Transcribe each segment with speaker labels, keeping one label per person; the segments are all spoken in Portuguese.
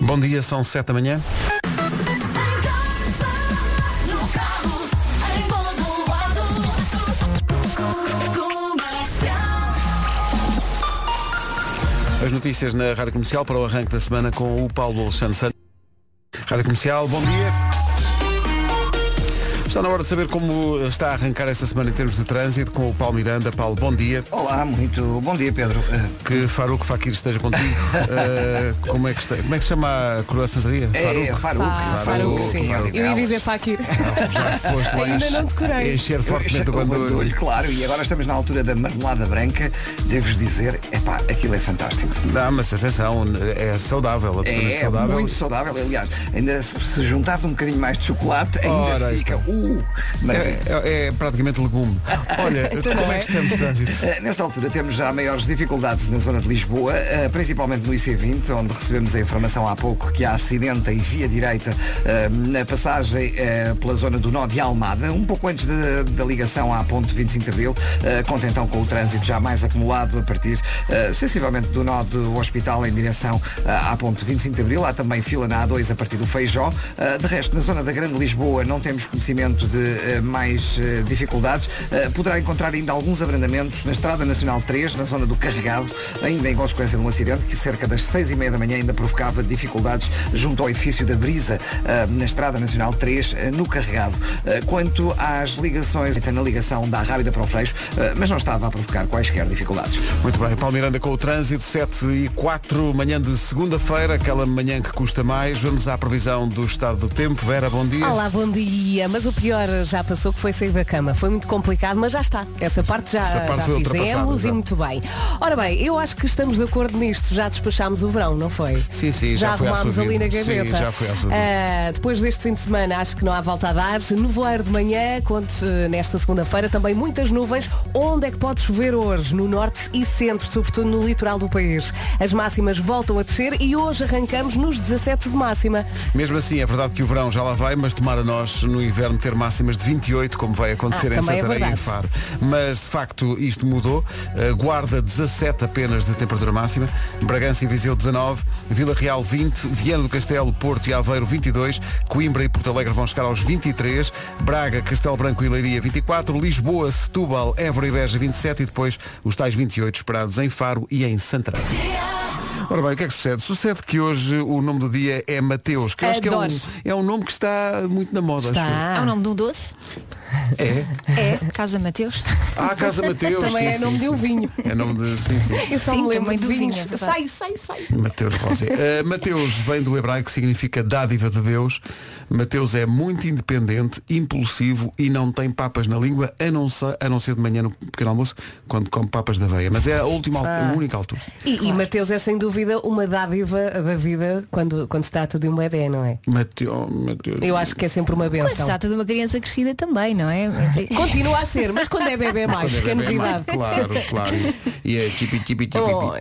Speaker 1: Bom dia, são 7 da manhã. As notícias na Rádio Comercial para o arranque da semana com o Paulo Alexandre Santos. Rádio Comercial, bom dia. Está na hora de saber como está a arrancar esta semana em termos de trânsito com o Paulo Miranda. Paulo, bom dia.
Speaker 2: Olá, muito bom dia, Pedro. Eh,
Speaker 1: Que Farouk Fakir esteja contigo. Eh, como, é que está, como é que se chama a coroaçãoria?
Speaker 2: É, Faruco.
Speaker 3: Ah, Faruco, sim. Eu ia dizer Fakir.
Speaker 1: Já foste lá
Speaker 3: Ainda
Speaker 1: enche-
Speaker 3: não decorei.
Speaker 1: encher fortemente o
Speaker 2: bandulho,
Speaker 1: bandulho.
Speaker 2: claro, e agora estamos na altura da marmelada branca. Devo-vos dizer, epá, aquilo é fantástico.
Speaker 1: Não, Ah, mas atenção, é saudável, absolutamente
Speaker 2: É,
Speaker 1: saudável.
Speaker 2: muito saudável, aliás. Ainda se, se juntares um bocadinho mais de chocolate, ainda
Speaker 1: Ora, aí
Speaker 2: fica. Uh, maravilha.
Speaker 1: É, é- é praticamente legume. Olha, como é que estamos de trânsito?
Speaker 2: Eh, Nesta altura temos já maiores dificuldades na zona de Lisboa, eh, principalmente no IC20, onde recebemos a informação há pouco que há acidente em via direita eh, na passagem eh, pela zona do nó de Almada, um pouco antes de- da ligação à ponte 25 de Abril, eh, conta então com o trânsito já mais acumulado a partir eh, sensivelmente do nó do hospital em direção ah, à ponte 25 de Abril. Há também fila na A2 a partir do Feijó. Ah, De resto, na zona da Grande Lisboa não temos conhecimento de eh, mais eh, dificuldades. Ah, Poderá encontrar ainda alguns abrandamentos na Estrada Nacional 3, na zona do Carregado, ainda em consequência de um acidente que cerca das 6 e meia da manhã ainda provocava dificuldades junto ao edifício da Brisa, ah, na Estrada Nacional 3, eh, no Carregado. Ah, Quanto às ligações, então, na ligação da Rábida para o Freixo, ah, mas não estava a provocar quaisquer dificuldades.
Speaker 1: Muito bem, Paulo Miranda com o trânsito, 7 e 4, manhã de segunda-feira, aquela manhã que custa mais. Vamos à previsão do estado do tempo. Vera, bom dia.
Speaker 3: Olá, bom dia. Mas o pior já passou, que foi sair da cama. Foi muito complicado, mas já está. Essa parte já,
Speaker 1: Essa parte
Speaker 3: já
Speaker 1: foi ultrapassada,
Speaker 3: fizemos
Speaker 1: já.
Speaker 3: e muito bem. Ora bem, eu acho que estamos de acordo nisto. Já despachámos o verão, não foi?
Speaker 1: Sim, sim, já foi à
Speaker 3: arrumámos
Speaker 1: sua
Speaker 3: ali
Speaker 1: vida.
Speaker 3: na gaveta.
Speaker 1: Sim, já foi à sua vida.
Speaker 3: Ah, depois deste fim de semana, acho que não há volta a dar. Nevoeiro de manhã, conte eh, nesta segunda-feira também muitas nuvens. Onde é que pode chover hoje? No norte e centro, sobretudo no litoral do país. As máximas voltam a descer e hoje arrancamos nos 17 de máxima.
Speaker 1: Mesmo assim, é verdade que o verão já lá vai, mas tomara nós no inverno ter máximas de 28, como vai acontecer
Speaker 3: Ah,
Speaker 1: em
Speaker 3: também é
Speaker 1: Santarém e em
Speaker 3: verdade.
Speaker 1: Faro. Mas, de facto, isto mudou. Uh, Guarda 17 apenas de temperatura máxima, Bragança e Viseu 19, Vila Real 20, Viana do Castelo, Porto e Aveiro 22, Coimbra e Porto Alegre vão chegar aos 23, Braga, Castelo Branco e Leiria 24, Lisboa, Setúbal, Évora e Beja 27 e depois os tais 28 esperados em Faro e em Santarém. Ora bem, o que é que sucede? Sucede que hoje o nome do dia é Mateus, que eu acho que é um,
Speaker 3: Adoro.
Speaker 1: é um nome que está muito na moda. acho eu.
Speaker 4: É o nome de um doce?
Speaker 1: É.
Speaker 4: É. Casa Mateus?
Speaker 1: Ah, Casa Mateus.
Speaker 3: Também
Speaker 1: sim,
Speaker 3: é
Speaker 1: sim,
Speaker 3: nome de
Speaker 1: sim.
Speaker 3: um vinho.
Speaker 1: É nome de. Sim, sim.
Speaker 3: Eu só
Speaker 4: Sim,
Speaker 3: me lembro
Speaker 4: também
Speaker 3: de
Speaker 4: do vinho,
Speaker 3: vinhos.
Speaker 4: é
Speaker 3: sai,
Speaker 4: verdade.
Speaker 3: sai, sai.
Speaker 1: Mateus Rosé. Uh, Mateus vem do hebraico que significa dádiva de Deus. Mateus é muito independente, impulsivo e não tem papas na língua, a não ser, a não ser de manhã no pequeno almoço, quando come papas da veia. Mas é a última, al- a única altura.
Speaker 3: E, e Mateus é sem dúvida uma dádiva da vida quando, quando se trata de um bebê, não é?
Speaker 1: Mateus, Mateus.
Speaker 3: Eu acho que é sempre uma
Speaker 4: Mas se
Speaker 3: benção.
Speaker 4: trata de uma criança crescida também, não é?
Speaker 3: Continua a ser, mas quando é bebê mais,
Speaker 1: Quando
Speaker 3: porque
Speaker 1: é
Speaker 3: é
Speaker 1: bebé,
Speaker 3: novidade.
Speaker 1: mais, Claro, claro. E é tipi, tipi, tipi, tipi.
Speaker 3: Oi.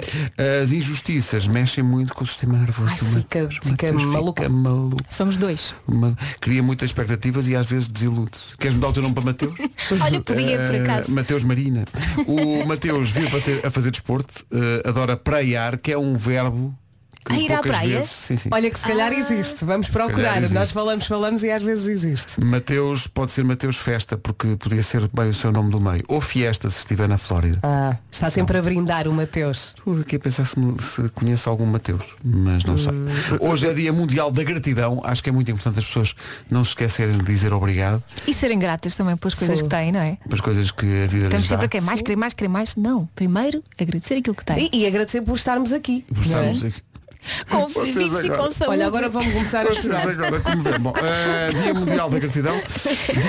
Speaker 1: As injustiças mexem muito com o sistema nervoso
Speaker 3: Ai,
Speaker 1: do
Speaker 3: fica-
Speaker 1: Mateus.
Speaker 3: fica
Speaker 1: Mateus
Speaker 3: maluco.
Speaker 1: Fica maluco.
Speaker 4: Somos dois.
Speaker 1: Uma- Cria muitas expectativas e às vezes desilude-se. Queres mudar o teu nome para Mateus?
Speaker 4: Olha, podia, por
Speaker 1: Eh,
Speaker 4: acaso.
Speaker 1: Mateus Marina. O Mateus vive a, ser- a fazer desporto, eh, adora praiar, que é um verbo. Que
Speaker 4: Ah, ir à
Speaker 1: poucas
Speaker 4: praia?
Speaker 1: Vezes, sim, sim.
Speaker 3: Olha que se calhar existe, vamos
Speaker 1: calhar
Speaker 3: procurar.
Speaker 1: existe.
Speaker 3: Nós falamos, falamos e às vezes existe.
Speaker 1: Mateus pode ser Mateus Festa, porque podia ser bem o seu nome do meio. Ou Fiesta, se estiver na Flórida.
Speaker 3: Ah, está sempre a brindar o Mateus.
Speaker 1: Estou aqui a pensar se, me- se conheço algum Mateus, mas não sei.
Speaker 3: Hum.
Speaker 1: Hoje é dia mundial da gratidão, acho que é muito importante as pessoas não se esquecerem de dizer obrigado
Speaker 4: E serem gratas também pelas coisas
Speaker 3: Sim.
Speaker 4: que têm, não é?
Speaker 1: pelas coisas que a vida
Speaker 4: Estamos
Speaker 1: lhes dá.
Speaker 4: sempre a querer mais, querer mais, querer mais. Não. Primeiro, agradecer aquilo que têm.
Speaker 3: E, e agradecer por estarmos aqui.
Speaker 1: Por
Speaker 3: não é?
Speaker 1: estarmos aqui.
Speaker 4: Com
Speaker 1: Vocês
Speaker 4: vivos e
Speaker 1: agora.
Speaker 4: com saúde.
Speaker 3: Olha, agora vamos começar a
Speaker 1: Vocês
Speaker 3: chorar.
Speaker 1: agora como vêem. Bom, eh, dia mundial da gratidão,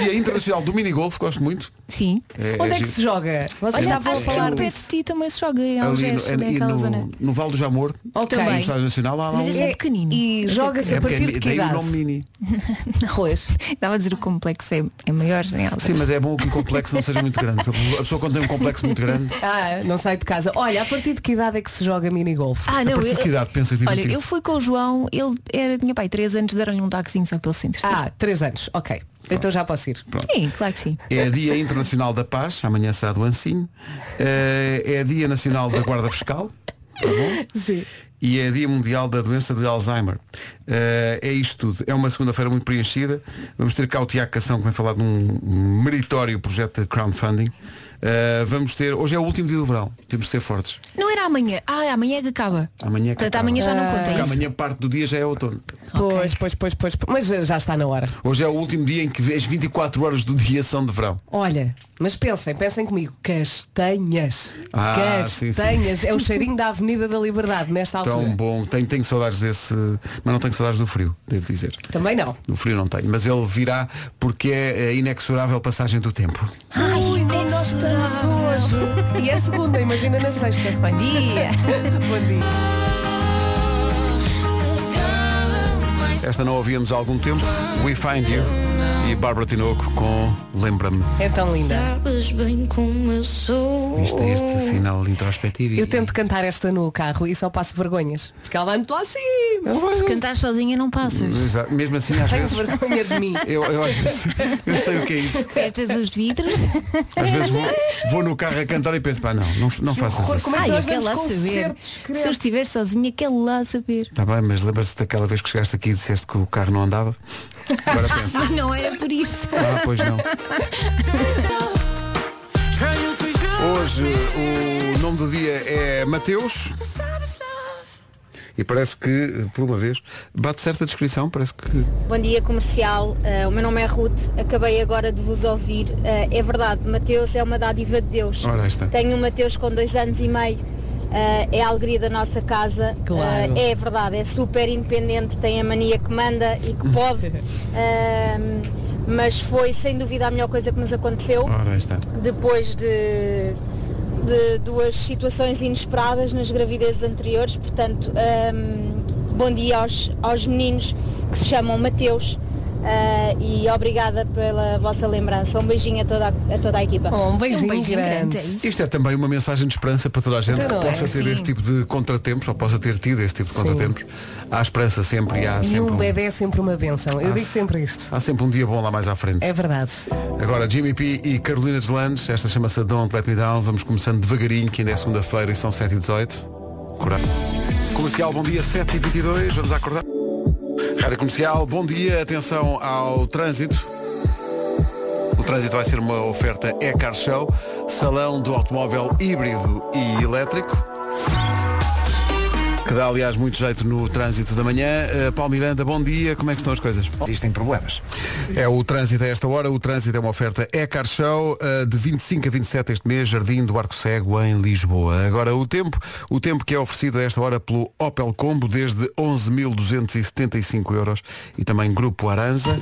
Speaker 1: dia internacional do minigolfo, gosto muito.
Speaker 4: Sim.
Speaker 1: É-
Speaker 3: Onde é que
Speaker 1: giro.
Speaker 3: se joga? Vocês
Speaker 4: Olha,
Speaker 3: estavam a
Speaker 4: acho que
Speaker 3: falar
Speaker 4: o
Speaker 3: disso.
Speaker 4: PFT também se joga
Speaker 3: é um
Speaker 4: em
Speaker 1: Ali
Speaker 4: Algés,
Speaker 1: no, e- e
Speaker 4: naquela
Speaker 1: no,
Speaker 4: zona. Oh,
Speaker 1: no Vale do Jamor, é
Speaker 3: Ok.
Speaker 1: no Estádio Nacional, há lá
Speaker 4: Mas
Speaker 1: um-
Speaker 4: esse é pequenino.
Speaker 3: E
Speaker 4: Esse é
Speaker 3: joga-se a
Speaker 1: é
Speaker 3: partir de
Speaker 1: pequenino,
Speaker 3: que
Speaker 1: daí o
Speaker 3: idade?
Speaker 1: nome mini.
Speaker 3: Pois.
Speaker 4: Estava a dizer o complexo é, é maior em Algés.
Speaker 1: Sim, mas é bom que o complexo não seja muito grande. A pessoa quando tem um complexo muito grande,
Speaker 3: Ah, não sai de casa. Olha, a partir de que idade é que se joga minigolf?
Speaker 4: Ah,
Speaker 1: a
Speaker 4: não,
Speaker 1: partir de que idade pensas
Speaker 4: Olha,
Speaker 1: divertir?
Speaker 4: eu fui com o João, ele era, tinha pai 3 anos, deram-lhe um taxinho só pelo centro.
Speaker 3: Ah, três anos, ok. Então já posso ir.
Speaker 4: Sim, claro que sim.
Speaker 1: É Dia Internacional da Paz, amanhã será do Ancinho. Eh, É Dia Nacional da Guarda Fiscal. tá bom?
Speaker 3: Sim.
Speaker 1: E é Dia Mundial da Doença de Alzheimer. Eh, é isto tudo. É uma segunda-feira muito preenchida. Vamos ter cá o Tiago Cação, que vem falar de um meritório projeto de crowdfunding. Eh, vamos ter. Hoje é o último dia do verão. Temos de ser fortes.
Speaker 4: Não era amanhã. Ah, amanhã é que acaba.
Speaker 1: Amanhã é que
Speaker 4: Portanto,
Speaker 1: acaba.
Speaker 4: amanhã já não conta
Speaker 1: Porque
Speaker 4: isso.
Speaker 1: amanhã parte do dia já é outono.
Speaker 3: Pois, pois, pois, pois, pois. Mas eh, já está na hora.
Speaker 1: Hoje é o último dia em que as 24 horas do dia são de verão.
Speaker 3: Olha, mas pensem, pensem comigo, castanhas.
Speaker 1: Ah, sim, sim.
Speaker 3: castanhas. É o cheirinho da Avenida da Liberdade nesta altura.
Speaker 1: Tão bom. Tenho, tenho saudades desse. Mas não tenho saudades do frio, devo dizer.
Speaker 3: Também não.
Speaker 1: Do frio não tenho. Mas ele virá porque é a inexorável passagem do tempo.
Speaker 4: Ai, é nem nós estamos hoje.
Speaker 3: E é segunda, imagina na sexta.
Speaker 4: Bom dia.
Speaker 3: Bom dia.
Speaker 1: Esta não ouvíamos há algum tempo. We Find You e Bárbara Tinoco com Lembra-me.
Speaker 3: É tão linda.
Speaker 5: Sabes bem como eu sou.
Speaker 1: Isto é este final introspectivo. e-
Speaker 3: Oh. Eu tento cantar esta no carro e só passo vergonhas. Porque ela vai muito lá acima.
Speaker 4: Se cantar sozinha não passas.
Speaker 1: Exato. Mesmo assim, às
Speaker 3: Tenho
Speaker 1: vezes.
Speaker 3: vergonha de mim.
Speaker 1: Eu, eu, às vezes- eu sei o que é isso.
Speaker 4: Fechas os vidros.
Speaker 1: Às vezes vou, vou no carro a cantar e penso, pá, não, não, não faças
Speaker 3: horror,
Speaker 1: isso.
Speaker 3: como é que
Speaker 4: Ai, eu
Speaker 3: nós
Speaker 4: quero
Speaker 3: damos
Speaker 4: lá saber.
Speaker 3: concertos, credo?
Speaker 4: Se eu estiver sozinha, quero lá saber.
Speaker 1: Está Tá bem, mas lembra-se daquela vez que chegaste aqui e disseste que o carro não andava? Agora pensa.
Speaker 3: Ah,
Speaker 4: Ai, não era por isso.
Speaker 1: Ah, pois não. Hoje o nome do dia é Mateus. E parece que, eh, por uma vez, bate certa descrição, parece que.
Speaker 6: Bom dia comercial, Eh, o meu nome é Ruth, acabei agora de vos ouvir. Eh, é verdade, Mateus é uma dádiva de Deus.
Speaker 1: Ora, aí está.
Speaker 6: Tenho um Mateus com dois anos e meio. Eh, é a alegria da nossa casa.
Speaker 3: Claro.
Speaker 6: Eh, é verdade, é super independente, tem a mania que manda e que pode. Ahm, mas foi sem dúvida a melhor coisa que nos aconteceu
Speaker 1: Ora, aí está.
Speaker 6: depois de, de duas situações inesperadas nas gravidezes anteriores. Portanto, hum, bom dia aos, aos meninos que se chamam Mateus ah, e obrigada pela vossa lembrança. Um beijinho a toda a, a toda a equipa.
Speaker 3: Oh, um beijinho,
Speaker 4: Um beijinho grande. é
Speaker 3: grande.
Speaker 4: isso.
Speaker 1: Isto é também uma mensagem de esperança para toda a gente
Speaker 3: Então,
Speaker 1: que possa
Speaker 4: é,
Speaker 1: ter
Speaker 4: sim.
Speaker 1: esse tipo de contratempos, ou possa ter tido esse tipo de contratempos. Há esperança sempre e há
Speaker 3: E
Speaker 1: sempre
Speaker 3: um
Speaker 1: um,
Speaker 3: bebê é sempre uma benção. Eu
Speaker 1: Ah,
Speaker 3: digo
Speaker 1: se-
Speaker 3: sempre isto.
Speaker 1: há sempre um dia bom lá mais à frente.
Speaker 3: É verdade.
Speaker 1: Agora, Jimmy P e Carolina Deslandes, esta chama-se Don't Let Me Down. Vamos começando devagarinho, que ainda é segunda-feira e são 7h18. Coragem. Comercial, bom dia, 7h22, vamos acordar. Rádio Comercial, bom dia, atenção ao trânsito. O trânsito vai ser uma oferta E-Car Show, salão do automóvel híbrido e elétrico. Que dá, aliás, muito jeito no trânsito da manhã. Uh, Paulo Miranda, bom dia, como é que estão as coisas?
Speaker 2: Existem problemas.
Speaker 1: É o trânsito a esta hora. O trânsito é uma oferta Ecar Show eh, de 25 a 27 este mês, Jardim do Arco Cego em Lisboa. Agora o tempo, o tempo que é oferecido a esta hora pelo Opel Combo desde 11.275 euros e também Grupo Aranza.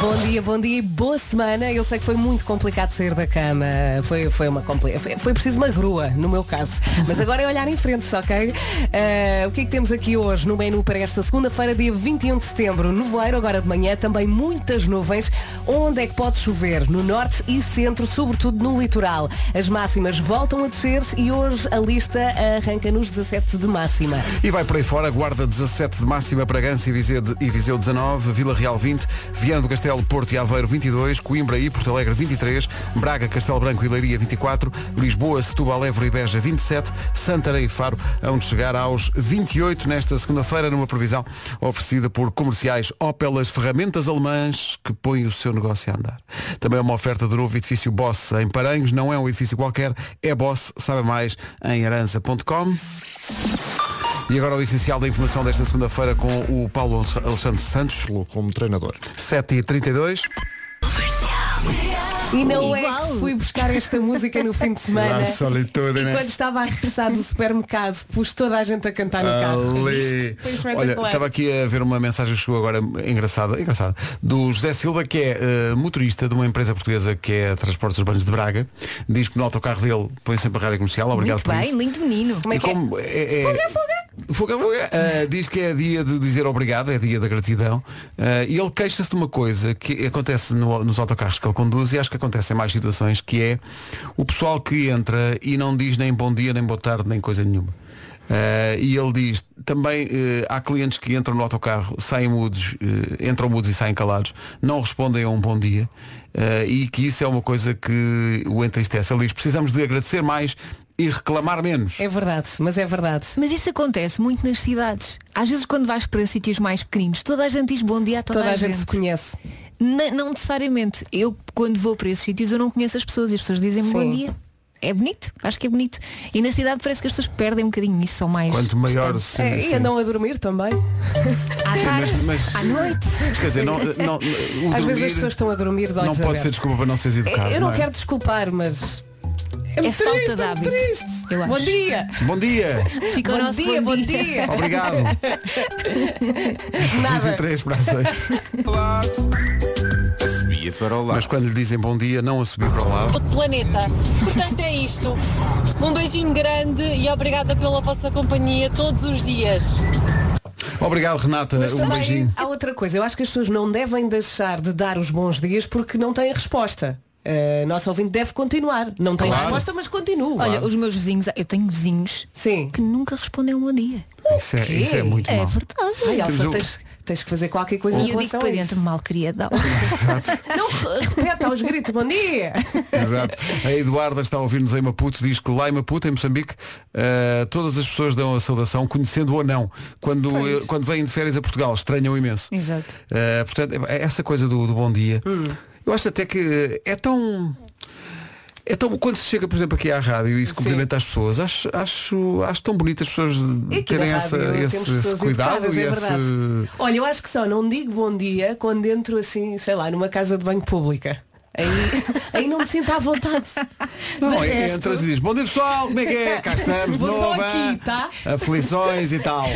Speaker 3: Bom dia, bom dia e boa semana. Eu sei que foi muito complicado sair da cama. Foi, foi uma compli- foi, foi preciso uma grua, no meu caso. Mas agora é olhar em frente, ok? Eh, o que é que temos aqui hoje no menu para esta segunda-feira, dia 21 de setembro? Nevoeiro, agora de manhã, também muitas nuvens. Onde é que pode chover? No norte e centro, sobretudo no litoral. As máximas voltam a descer e hoje a lista arranca nos 17 de máxima.
Speaker 1: E vai por aí fora, guarda 17 de máxima, Bragança e Viseu, e Viseu 19, Vila Real 20, Viana do Castelo, Porto e Aveiro 22, Coimbra e Porto Alegre 23, Braga, Castelo Branco e Leiria 24, Lisboa, Setúbal, Évora e Beja 27, Santarém e Faro, onde chegar aos 28 nesta segunda-feira, numa previsão oferecida por comerciais Opel, as ferramentas alemãs que põem o seu negócio a andar. Também é uma oferta do novo edifício Boss em Paranhos, não é um edifício qualquer, é Boss, sabe mais em aranza.com. E agora o essencial da informação desta segunda-feira com o Paulo Alexandre Santos,
Speaker 7: como treinador.
Speaker 1: 7h32.
Speaker 3: E não é
Speaker 4: Igual.
Speaker 3: que fui buscar esta música no fim de semana.
Speaker 1: solitude,
Speaker 3: né?
Speaker 1: né?
Speaker 3: E quando estava a regressar do supermercado, pus toda a gente a cantar no carro.
Speaker 1: Ali.
Speaker 3: Foi espetacular.
Speaker 1: Olha, estava aqui a ver uma mensagem que chegou agora engraçada, engraçada, do José Silva, que é eh, motorista de uma empresa portuguesa que é Transportes Urbanos de Braga. Diz que no autocarro dele põe sempre a rádio comercial. Obrigado
Speaker 4: Muito
Speaker 1: por
Speaker 4: bem,
Speaker 1: isso.
Speaker 4: lindo menino.
Speaker 1: E como é, é- Fuga, fuga. Ah, diz que é dia de dizer obrigado, é dia da gratidão. Ah, e ele queixa-se de uma coisa que acontece no- nos autocarros que ele conduz e acho que acontece em mais situações, que é o pessoal que entra e não diz nem bom dia, nem boa tarde, nem coisa nenhuma. Ah, e ele diz, também eh, há clientes que entram no autocarro, saem mudos, eh, entram mudos e saem calados, não respondem a um bom dia, ah, e que isso é uma coisa que o entristece. Ele diz, precisamos de agradecer mais e reclamar menos.
Speaker 3: É verdade, mas é verdade.
Speaker 4: Mas isso acontece muito nas cidades. Às vezes quando vais para sítios mais pequeninos, toda a gente diz bom dia a toda,
Speaker 3: Toda a gente se conhece.
Speaker 4: Ne- Não necessariamente. Eu, quando vou para esses sítios, eu não conheço as pessoas e as pessoas dizem-me
Speaker 3: Sim.
Speaker 4: bom dia. É bonito, acho que é bonito. E na cidade parece que as pessoas perdem um bocadinho isso, são mais.
Speaker 1: Quanto maior
Speaker 4: distantes. Ah,
Speaker 1: se.
Speaker 3: É,
Speaker 1: se-
Speaker 3: e andam a dormir também.
Speaker 4: À tarde,
Speaker 1: mas- mas-
Speaker 4: à noite.
Speaker 1: Quer dizer, não, não, o
Speaker 3: Às
Speaker 1: dormir
Speaker 3: vezes as pessoas estão a dormir de olhos
Speaker 1: não pode ser
Speaker 3: abertos.
Speaker 1: desculpa para não seres educado.
Speaker 3: Eu não
Speaker 1: é?
Speaker 3: quero desculpar, mas.
Speaker 4: É,
Speaker 3: muito
Speaker 4: falta
Speaker 3: triste,
Speaker 4: de
Speaker 3: é muito
Speaker 4: hábito.
Speaker 3: triste.
Speaker 4: Eu acho.
Speaker 3: Bom dia!
Speaker 1: Bom dia!
Speaker 4: Fica o
Speaker 3: Bom
Speaker 4: nosso
Speaker 3: dia, bom dia!
Speaker 1: Obrigado!
Speaker 3: Nada.
Speaker 1: 23 para as 8.
Speaker 7: Subia para o lado.
Speaker 1: Mas quando lhe dizem bom dia, não a subir para o lado.
Speaker 6: outro planeta. Portanto, é isto. Um beijinho grande e obrigada pela vossa companhia todos os dias.
Speaker 1: Obrigado, Renata. um
Speaker 3: Sabes,
Speaker 1: beijinho.
Speaker 3: Há outra coisa, eu acho que as pessoas não devem deixar de dar os bons dias porque não têm resposta. Uh, nosso ouvinte deve continuar. Não tem
Speaker 1: Claro.
Speaker 3: resposta, mas continua.
Speaker 4: Olha, os meus vizinhos, eu tenho vizinhos
Speaker 3: Sim.
Speaker 4: que nunca respondem um bom dia.
Speaker 1: Isso é,
Speaker 3: quê?
Speaker 1: isso é muito
Speaker 4: É
Speaker 1: mau.
Speaker 4: verdade.
Speaker 3: Ai,
Speaker 1: temos um-
Speaker 3: Elsa,
Speaker 1: o-
Speaker 3: tens, tens que fazer qualquer coisa em
Speaker 4: e eu digo
Speaker 3: relação
Speaker 4: para
Speaker 3: a isso.
Speaker 4: dentro, mal queria dar.
Speaker 3: Não re- repete aos gritos, bom dia!
Speaker 1: Exato. A Eduarda está a ouvir-nos em Maputo, diz que lá em Maputo, em Moçambique, eh, todas as pessoas dão a saudação, conhecendo ou não. Quando, eh, quando vêm de férias a Portugal, estranham imenso.
Speaker 4: Exato.
Speaker 1: Eh, portanto, é- essa coisa do, do bom dia,
Speaker 3: Hum.
Speaker 1: eu acho até que é tão. É tão, quando se chega, por exemplo, aqui à rádio e se cumprimenta as pessoas, acho, acho, acho tão bonito as pessoas
Speaker 3: E aqui
Speaker 1: terem
Speaker 3: na
Speaker 1: essa,
Speaker 3: rádio temos
Speaker 1: esse,
Speaker 3: pessoas
Speaker 1: esse cuidado
Speaker 3: educadas,
Speaker 1: e
Speaker 3: é
Speaker 1: esse.
Speaker 3: verdade. Olha, eu acho que só não digo bom dia quando entro assim, sei lá, numa casa de banho pública. Aí, aí não me sinto à vontade.
Speaker 1: Não, é,
Speaker 3: De resto-
Speaker 1: entras e diz, bom dia pessoal, como é que é? Cá estamos,
Speaker 3: Vou só
Speaker 1: nova,
Speaker 3: aqui, tá?
Speaker 1: aflições e tal.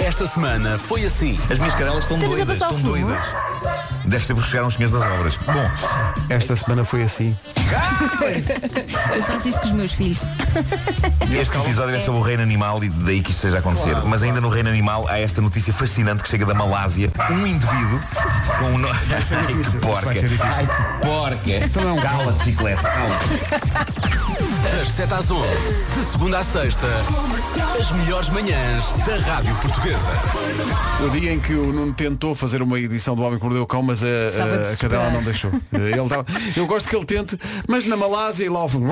Speaker 7: Esta semana foi assim.
Speaker 8: As minhas canelas estão
Speaker 4: Estamos a
Speaker 8: doidas.
Speaker 4: passar o
Speaker 8: estão
Speaker 4: resumo.
Speaker 8: doidas. Deve ser por chegar uns senhores das obras. Bom,
Speaker 1: Esta semana foi assim.
Speaker 4: Eu faço isto com os meus filhos.
Speaker 8: este episódio é sobre o reino animal e daí que isto esteja a acontecer. Mas ainda no reino animal há esta notícia fascinante que chega da Malásia. Um indivíduo com um... No... Vai ser
Speaker 1: difícil.
Speaker 8: que porca.
Speaker 1: Vai ser difícil.
Speaker 8: Ai, que porca. Então
Speaker 1: é um
Speaker 8: não. Cala, bicicleta. Cala.
Speaker 7: Das 7 às 11, de segunda à sexta, as melhores manhãs da Rádio Portuguesa.
Speaker 1: O dia em que o Nuno tentou fazer uma edição do Homem que Mordeu o Cão, mas a,
Speaker 3: Estava
Speaker 1: a, a cadela
Speaker 3: desesperado.
Speaker 1: não deixou. Ele estava- eu gosto que ele tente, mas na Malásia e lá um ao fundo.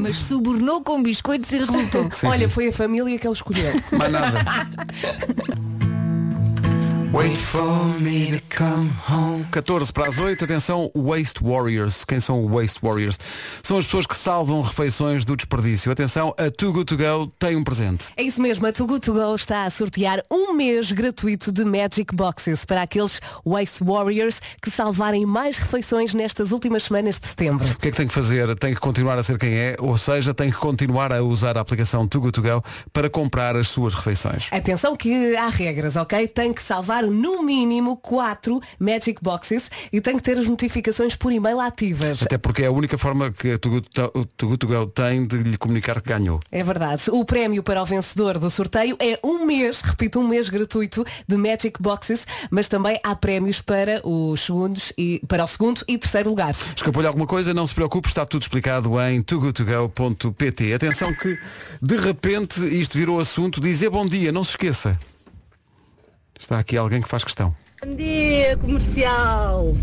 Speaker 4: Mas subornou com biscoitos e resultou.
Speaker 3: Olha,
Speaker 1: sim.
Speaker 3: foi a família que ele escolheu.
Speaker 1: Mais nada. Wait for me to come home. 14 para as 8, atenção, Waste Warriors. Quem são o Waste Warriors? São as pessoas que salvam refeições do desperdício. Atenção, a Too Good To Go tem um presente.
Speaker 3: É isso mesmo, a Too Good To Go está a sortear um mês gratuito de Magic Boxes para aqueles Waste Warriors que salvarem mais refeições nestas últimas semanas de setembro.
Speaker 1: O que é que tem que fazer? Tem que continuar a ser quem é, ou seja, tem que continuar a usar a aplicação Too Good To Go para comprar as suas refeições.
Speaker 3: Atenção que há regras, ok? Tem que salvar no mínimo 4 Magic Boxes e tem que ter as notificações por e-mail ativas.
Speaker 1: Até porque é a única forma que a Too Good To- o Too Good To Go tem de lhe comunicar que ganhou.
Speaker 3: É verdade. O prémio para o vencedor do sorteio é um mês, repito, um mês gratuito de Magic Boxes, mas também há prémios para os segundos e para o segundo e terceiro lugar.
Speaker 1: Escapou-lhe alguma coisa? Não se preocupe, está tudo explicado em togotogo.pt. Atenção que, de repente, isto virou assunto. Dizer bom dia, não se esqueça. Está aqui alguém que faz questão.
Speaker 9: Bom dia, comercial.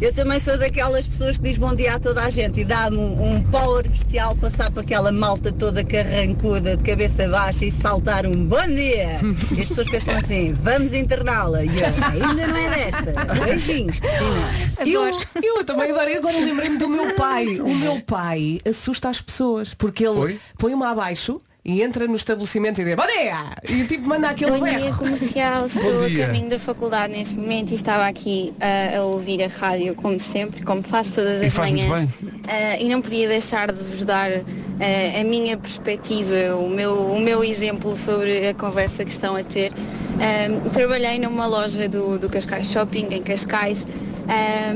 Speaker 9: Eu também sou daquelas pessoas que diz bom dia a toda a gente e dá-me um, um power bestial passar por aquela malta toda carrancuda, de cabeça baixa e saltar um bom dia. E as pessoas pensam assim, vamos interná-la. E eu, ainda não é desta. Beijinhos, Cristina.
Speaker 3: Eu,
Speaker 4: Adoro.
Speaker 3: eu também adoro. Eu agora lembrei-me do meu pai. O meu pai assusta as pessoas porque ele
Speaker 1: Oi?
Speaker 3: põe uma abaixo e entra no estabelecimento e diz Bom dia! E tipo manda aquele
Speaker 6: Bom dia
Speaker 3: berro.
Speaker 6: comercial, estou a
Speaker 1: dia.
Speaker 6: caminho da faculdade neste momento e estava aqui ah, a ouvir a rádio como sempre, como faço todas
Speaker 1: E
Speaker 6: as
Speaker 1: faz muito
Speaker 6: manhãs. Ah, e não podia deixar de vos dar ah, a minha perspectiva, o meu, o meu exemplo sobre a conversa que estão a ter. Ah, trabalhei numa loja do, do Cascais Shopping, em Cascais, ah,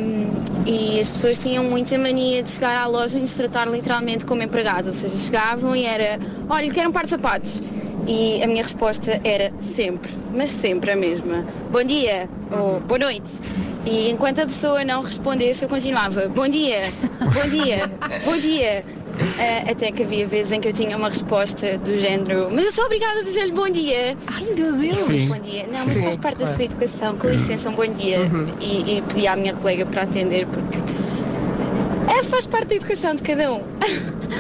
Speaker 6: e as pessoas tinham muita mania de chegar à loja e nos tratar literalmente como empregados, ou seja, chegavam e era, olha, quero um par de sapatos. E a minha resposta era sempre, mas sempre a mesma. Bom dia ou boa noite. E enquanto a pessoa não respondesse, eu continuava. Bom dia, bom dia, bom dia. Ah, até que havia vezes em que eu tinha uma resposta do género, mas eu sou obrigada a dizer-lhe bom dia.
Speaker 4: Ai meu Deus.
Speaker 6: Eu
Speaker 1: Sim.
Speaker 6: respondia, não, mas
Speaker 3: Sim.
Speaker 6: faz parte da sua Uhum. educação, com licença, um bom dia. E, e pedi à minha colega para atender porque é
Speaker 10: faz parte da educação de cada um.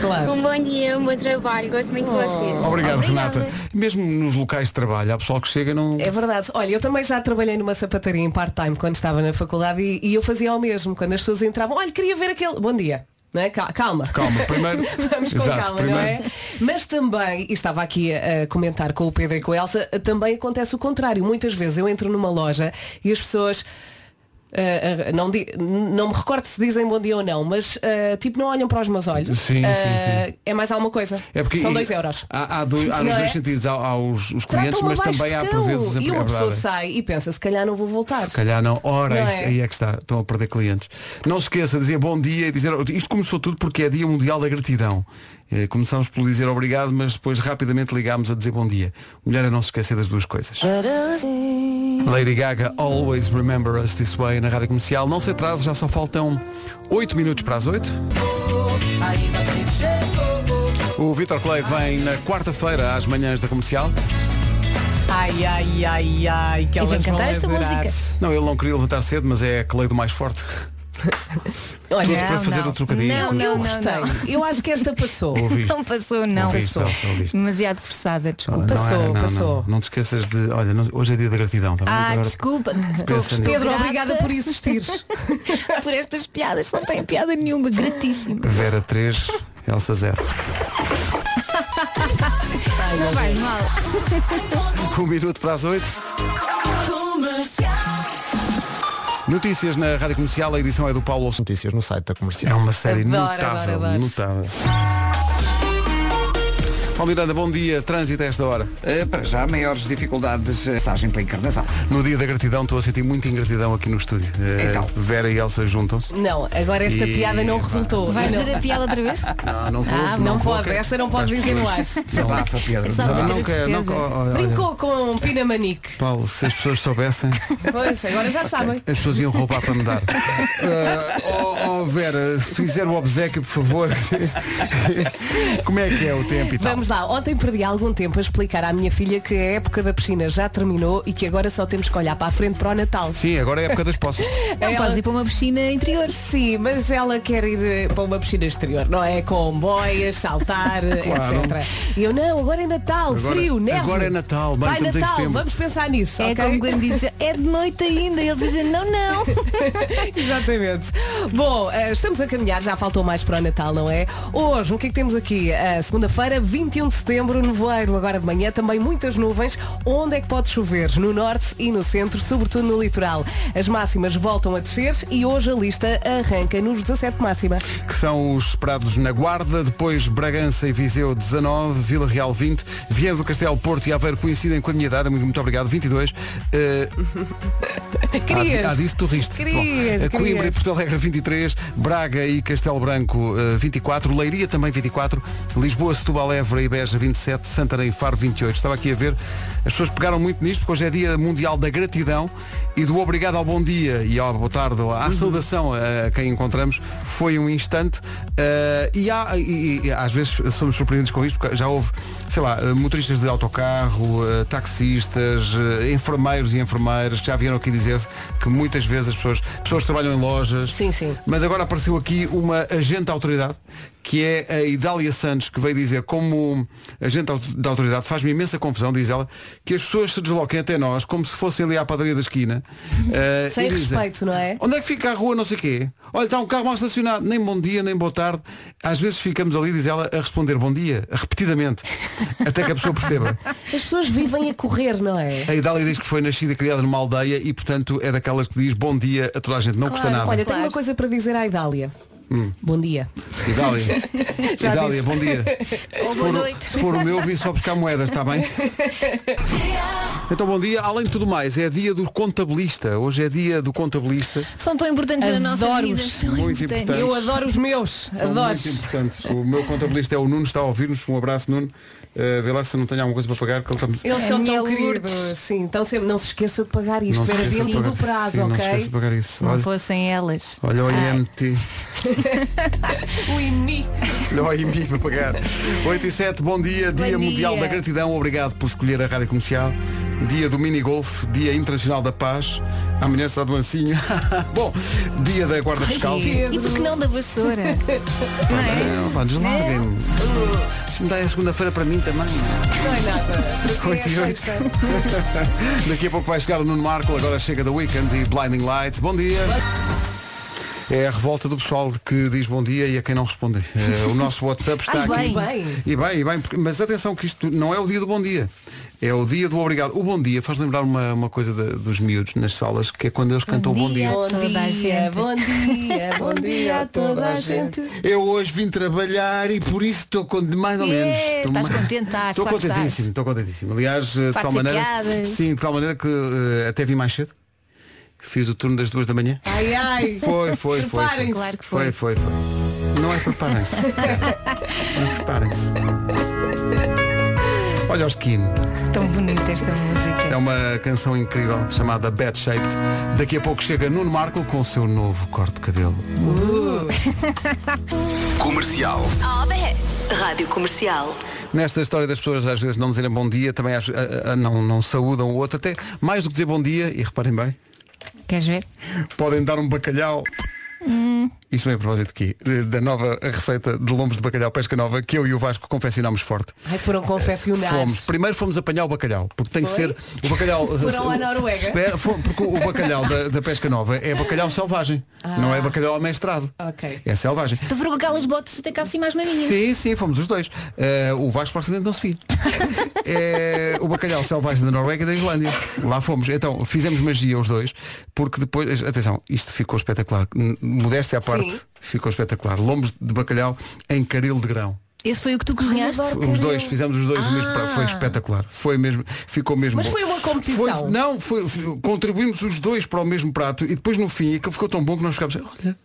Speaker 3: Claro.
Speaker 10: Um bom dia, um bom trabalho, gosto muito de vocês.
Speaker 6: Oh.
Speaker 1: Obrigado, Renata. Mesmo nos locais de trabalho, há pessoal que chega e não.
Speaker 3: É verdade. Olha, eu também já trabalhei numa sapataria em part-time quando estava na faculdade e, e eu fazia o mesmo. Quando as pessoas entravam, olha, queria ver aquele. Bom dia. Não é? Cal- Calma.
Speaker 1: Calma, primeiro-
Speaker 3: Vamos com
Speaker 1: Exato,
Speaker 3: calma, não é?
Speaker 1: primeiro-
Speaker 3: Mas também, e estava aqui a comentar com o Pedro e com a Elsa, também acontece o contrário. Muitas vezes eu entro numa loja e as pessoas. ah, ah, não, di- não me recordo se dizem bom dia ou não, mas ah, tipo não olham para os meus olhos.
Speaker 1: Sim, sim,
Speaker 3: Ah, É mais alguma coisa.
Speaker 1: É porque
Speaker 3: São 2 euros.
Speaker 1: Há, há, dois, há
Speaker 3: Não
Speaker 1: nos
Speaker 3: é?
Speaker 1: dois sentidos. Há, há os, os clientes,
Speaker 3: Tratam-me
Speaker 1: mas
Speaker 3: abaixo
Speaker 1: também
Speaker 3: de
Speaker 1: há por
Speaker 3: cão.
Speaker 1: vezes é os
Speaker 3: E uma
Speaker 1: empregados.
Speaker 3: pessoa sai e pensa, se calhar não vou voltar.
Speaker 1: Se calhar não. Ora,
Speaker 3: Não
Speaker 1: isto-
Speaker 3: é?
Speaker 1: aí é que está. Estão a perder clientes. Não se esqueça de dizer bom dia e dizer. Isto começou tudo porque é Dia Mundial da Gratidão. Eh, Começámos por dizer obrigado, mas depois rapidamente ligámos a dizer bom dia. Melhor é não se esquecer das duas coisas. Lady Gaga, Always Remember Us This Way na Rádio Comercial. Não se atrase, já só faltam 8 minutos para as 8. O Vitor Clay vem na quarta-feira às manhãs da comercial.
Speaker 3: Ai, ai, ai, ai, que
Speaker 4: E vem
Speaker 3: elas vão
Speaker 4: cantar esta
Speaker 3: adorar.
Speaker 4: música.
Speaker 1: Não, ele não queria levantar cedo, mas é a Clay do mais forte.
Speaker 3: Olha,
Speaker 1: Tudo para
Speaker 4: não,
Speaker 1: fazer
Speaker 4: não.
Speaker 1: o trocadilho.
Speaker 4: Não, não,
Speaker 3: Eu
Speaker 4: não,
Speaker 3: gostei. Eu acho que esta passou.
Speaker 1: Ouviste.
Speaker 4: Não passou, não.
Speaker 1: Ouviste, Elsa, ouviste.
Speaker 4: Demasiado forçada, desculpa.
Speaker 1: Não era, não,
Speaker 3: passou.
Speaker 1: Não, não te esqueças de. Olha, não- hoje é dia da gratidão, tá bem?
Speaker 4: Ah,
Speaker 1: Agora-
Speaker 4: desculpa.
Speaker 1: Pensa
Speaker 4: Estou, estou
Speaker 1: nisso.
Speaker 3: Pedro,
Speaker 4: grata
Speaker 3: obrigada por existires.
Speaker 4: por estas piadas. Não tem piada nenhuma, gratíssimo.
Speaker 1: Vera 3, Elsa 0.
Speaker 4: Não vai mal.
Speaker 1: Um minuto para as 8. Notícias na Rádio Comercial, a edição é do Paulo Alcim.
Speaker 11: Notícias no site da
Speaker 1: É
Speaker 11: comercial.
Speaker 1: uma série
Speaker 3: Adoro,
Speaker 1: notável,
Speaker 3: adoro, adoro.
Speaker 1: notável. Paulo Miranda, bom dia. Trânsito a esta hora.
Speaker 2: Eh, para já, maiores dificuldades, eh, passagem pela encarnação.
Speaker 1: No dia da gratidão, estou a sentir muita ingratidão aqui no estúdio. Eh,
Speaker 2: Então.
Speaker 1: Vera e Elsa juntam-se.
Speaker 3: Não, agora esta
Speaker 1: E
Speaker 3: piada não
Speaker 1: vá.
Speaker 3: resultou.
Speaker 4: Vais
Speaker 3: não.
Speaker 4: dizer a piada outra vez?
Speaker 1: Ah, não vou.
Speaker 4: Ah,
Speaker 3: não
Speaker 1: vou,
Speaker 3: pode,
Speaker 1: quero-
Speaker 3: esta não pode
Speaker 1: Vais
Speaker 3: vir É no ar.
Speaker 2: Desabafa,
Speaker 4: É
Speaker 2: Pedro,
Speaker 4: Só para
Speaker 1: Ah,
Speaker 2: desabafa.
Speaker 1: não
Speaker 4: ter
Speaker 1: quero, não
Speaker 4: certeza.
Speaker 1: quero. Olha,
Speaker 3: Brincou com Pinamanique.
Speaker 1: Paulo, se as pessoas soubessem, as
Speaker 3: Pois, agora já sabem.
Speaker 1: pessoas iam roubar para me dar. Ah, oh, oh, Vera, se fizer o obsequio, por favor. Como é que é o tempo e tal?
Speaker 3: Vamos lá, ontem perdi algum tempo a explicar à minha filha que a época da piscina já terminou e que agora só temos que olhar para a frente para o Natal.
Speaker 1: Sim, agora é a época das poças.
Speaker 4: Não,
Speaker 3: Ela-
Speaker 4: podes ir para uma piscina interior.
Speaker 3: Sim, mas ela quer ir eh, para uma piscina exterior, não é? Com boias, saltar, eh,
Speaker 1: Claro.
Speaker 3: etc. E eu, não, agora é Natal,
Speaker 1: Agora-
Speaker 3: frio, neve.
Speaker 1: agora é Natal, bem,
Speaker 3: Vai
Speaker 1: estamos em
Speaker 3: Natal,
Speaker 1: setembro.
Speaker 3: vamos pensar nisso,
Speaker 4: É
Speaker 3: ok?
Speaker 4: como quando dizes, é de noite ainda. Eles dizem, não, não.
Speaker 3: Exatamente. Bom, eh, estamos a caminhar, já faltou mais para o Natal, não é? Hoje, o que é que temos aqui? Eh, Segunda-feira, 21 de setembro, nevoeiro agora de manhã, também muitas nuvens. Onde é que pode chover? No norte e no centro, sobretudo no litoral. As máximas voltam a descer e hoje a lista arranca nos 17 de máxima.
Speaker 1: que são os esperados na Guarda, depois Bragança e Viseu 19, Vila Real 20, Viana do Castelo, Porto e Aveiro coincidem com a minha idade, amigo, muito obrigado, 22. Eh,
Speaker 3: Querias?
Speaker 1: Ah, ah, disso tu riste.
Speaker 3: Querias,
Speaker 1: Bom, eh, Coimbra e
Speaker 3: querias.
Speaker 1: Porto Alegre 23, Braga e Castelo Branco eh, 24, Leiria também 24, Lisboa, Setúbal, Évora e Beja 27, Santarém e Faro 28. Estava aqui a ver, as pessoas pegaram muito nisto porque hoje é dia mundial da gratidão e do obrigado ao bom dia e ao boa tarde, ou à
Speaker 3: Uhum.
Speaker 1: saudação eh, a quem encontramos, foi um instante eh, e, há, e- e às vezes somos surpreendidos com isto porque já houve, sei lá, eh, motoristas de autocarro, eh, taxistas, eh, enfermeiros e enfermeiras que já vieram aqui dizer que muitas vezes as pessoas, pessoas que trabalham em lojas.
Speaker 3: Sim, sim.
Speaker 1: Mas agora apareceu aqui uma agente da autoridade, que é a Idália Santos, que veio dizer como agente da auto- da autoridade, faz-me imensa confusão, diz ela, que as pessoas se desloquem até nós como se fossem ali à padaria da esquina. eh,
Speaker 3: Sem
Speaker 1: e dizem,
Speaker 3: respeito, não é?
Speaker 1: Onde é que fica a rua não sei quê? Olha, está um carro mal estacionado, nem bom dia, nem boa tarde. Às vezes ficamos ali, diz ela, a responder bom dia, repetidamente, até que a pessoa perceba.
Speaker 3: As pessoas vivem a correr, não é?
Speaker 1: A Idália diz que foi nascida e criada numa aldeia e, portanto, é daquelas que diz bom dia a toda a gente, não custa nada. Hum.
Speaker 3: Olha,
Speaker 4: Claro.
Speaker 3: tenho uma coisa para dizer à Idália. Bom dia.
Speaker 1: Idália.
Speaker 3: Já disse.
Speaker 1: Idália, bom dia.
Speaker 4: Ou boa
Speaker 1: Se for,
Speaker 4: noite.
Speaker 1: se for o meu, vim só buscar moedas, está bem? Então, bom dia. Além de tudo mais, é dia do contabilista. Hoje é dia do contabilista.
Speaker 4: São tão importantes na nossa vida.
Speaker 3: Adoro-os.
Speaker 4: São
Speaker 1: Muito
Speaker 4: importantes.
Speaker 1: importantes.
Speaker 3: Eu adoro os meus.
Speaker 1: São
Speaker 3: Adoro.
Speaker 1: muito importantes. O meu contabilista é o Nuno, está a ouvir-nos. Um abraço, Nuno. Uh, vê lá se não tenho alguma coisa para pagar. Que ele está...
Speaker 3: Eles são
Speaker 4: A minha
Speaker 3: tão queridos.
Speaker 4: Lourdes.
Speaker 3: É Sim, então sempre, não se esqueça de pagar isto.
Speaker 1: Não se
Speaker 3: Era
Speaker 1: esqueça de
Speaker 3: dentro do
Speaker 1: pagar-
Speaker 3: prazo,
Speaker 1: Sim, Não se
Speaker 3: ok?
Speaker 1: esqueça de pagar isso.
Speaker 4: Se não
Speaker 1: Olha,
Speaker 4: fossem elas.
Speaker 1: olha
Speaker 3: Ah.
Speaker 1: o IMT.
Speaker 3: O IMI.
Speaker 1: Olha o IMI para pagar. 8 e 7, bom dia. Dia
Speaker 4: Bom
Speaker 1: Mundial
Speaker 4: dia.
Speaker 1: da Gratidão. Obrigado por escolher a Rádio Comercial. dia do minigolf, dia internacional da paz, amanhã será do ancinho. Bom, dia da guarda fiscal.
Speaker 4: E por que não da vassoura? não é?
Speaker 1: Não, pá, deslarguem-me. Se me dá a segunda-feira para mim também. né?
Speaker 3: Não é nada.
Speaker 1: Oito e oito. Daqui a pouco vai chegar o Nuno Marco, agora chega The Weekend e Blinding Lights. Bom dia. É a revolta do pessoal que diz bom dia e a quem não responde. Eh, o nosso WhatsApp está
Speaker 3: Ai,
Speaker 1: aqui.
Speaker 3: bem. Bem.
Speaker 1: E bem, e bem, porque- mas atenção que isto não é o dia do bom dia. É o dia do obrigado. O bom dia faz lembrar uma, uma coisa da- dos miúdos nas salas, que é quando eles cantam o bom dia.
Speaker 3: Bom
Speaker 4: Toda a
Speaker 3: dia,
Speaker 4: gente.
Speaker 3: bom dia, bom dia a toda a gente.
Speaker 1: Eu hoje vim trabalhar e por isso estou com mais ou menos.
Speaker 4: Yeah,
Speaker 1: Estou
Speaker 4: É, estás
Speaker 1: ma-
Speaker 4: contente, estás,
Speaker 1: Estou
Speaker 4: claro que
Speaker 1: contentíssimo, estou contentíssimo. Aliás, eh, de
Speaker 4: Farto
Speaker 1: tal
Speaker 4: de
Speaker 1: maneira.
Speaker 4: piadas.
Speaker 1: Sim, de tal maneira que eh, até vim mais cedo. Fiz o turno das duas da manhã.
Speaker 3: Ai, ai.
Speaker 1: Foi, foi, foi. foi.
Speaker 3: Preparem-se.
Speaker 4: Claro que
Speaker 1: Foi,
Speaker 4: foi.
Speaker 1: foi, foi. Não é preparem-se. Não preparem-se. Olha o skin.
Speaker 4: Tão bonita esta
Speaker 1: É
Speaker 4: música.
Speaker 1: uma canção incrível chamada Bad Shaped. Daqui a pouco chega Nuno Marco com o seu novo corte de cabelo.
Speaker 7: Comercial.
Speaker 11: Rádio Comercial.
Speaker 1: Nesta história das pessoas às vezes não dizerem bom dia, também às- a- a- não, não saúdam o outro, até mais do que dizer bom dia, e reparem bem,
Speaker 4: Queres ver? Hum.
Speaker 1: podem dar um bacalhau. Isto vem a propósito de quê? De- Da nova receita de lombos de bacalhau pesca nova que eu e o Vasco confeccionámos forte.
Speaker 3: Ai, foram confessionados.
Speaker 1: Fomos, primeiro fomos apanhar o bacalhau, porque tem que
Speaker 3: Foi?
Speaker 1: ser o bacalhau.
Speaker 3: Foram à Noruega.
Speaker 1: É, foi-
Speaker 4: Ah,
Speaker 1: porque o bacalhau da, da pesca nova é bacalhau selvagem, não é bacalhau amestrado.
Speaker 3: Ok.
Speaker 1: É selvagem.
Speaker 4: Tu foram com aquelas botas até cá assim mais maminhas.
Speaker 1: Sim, sim, fomos os dois. Eh, o Vasco proximamente não se via. Eh, o bacalhau selvagem da Noruega e da Islândia. Lá fomos. Então, fizemos magia os dois, porque depois, atenção, isto ficou espetacular. N- Modéstia à parte,
Speaker 3: Sim.
Speaker 1: ficou espetacular. Lombos de bacalhau em caril de grão.
Speaker 4: Esse foi o que Ah. tu cozinhaste?
Speaker 1: Os dois, fizemos os dois no mesmo prato. Foi espetacular. Foi mesmo, ficou mesmo.
Speaker 3: Mas
Speaker 1: bom.
Speaker 3: foi uma competição.
Speaker 1: Foi- não, foi, foi- contribuímos os dois para o mesmo prato e depois no fim aquilo ficou tão bom que nós ficámos. Olha,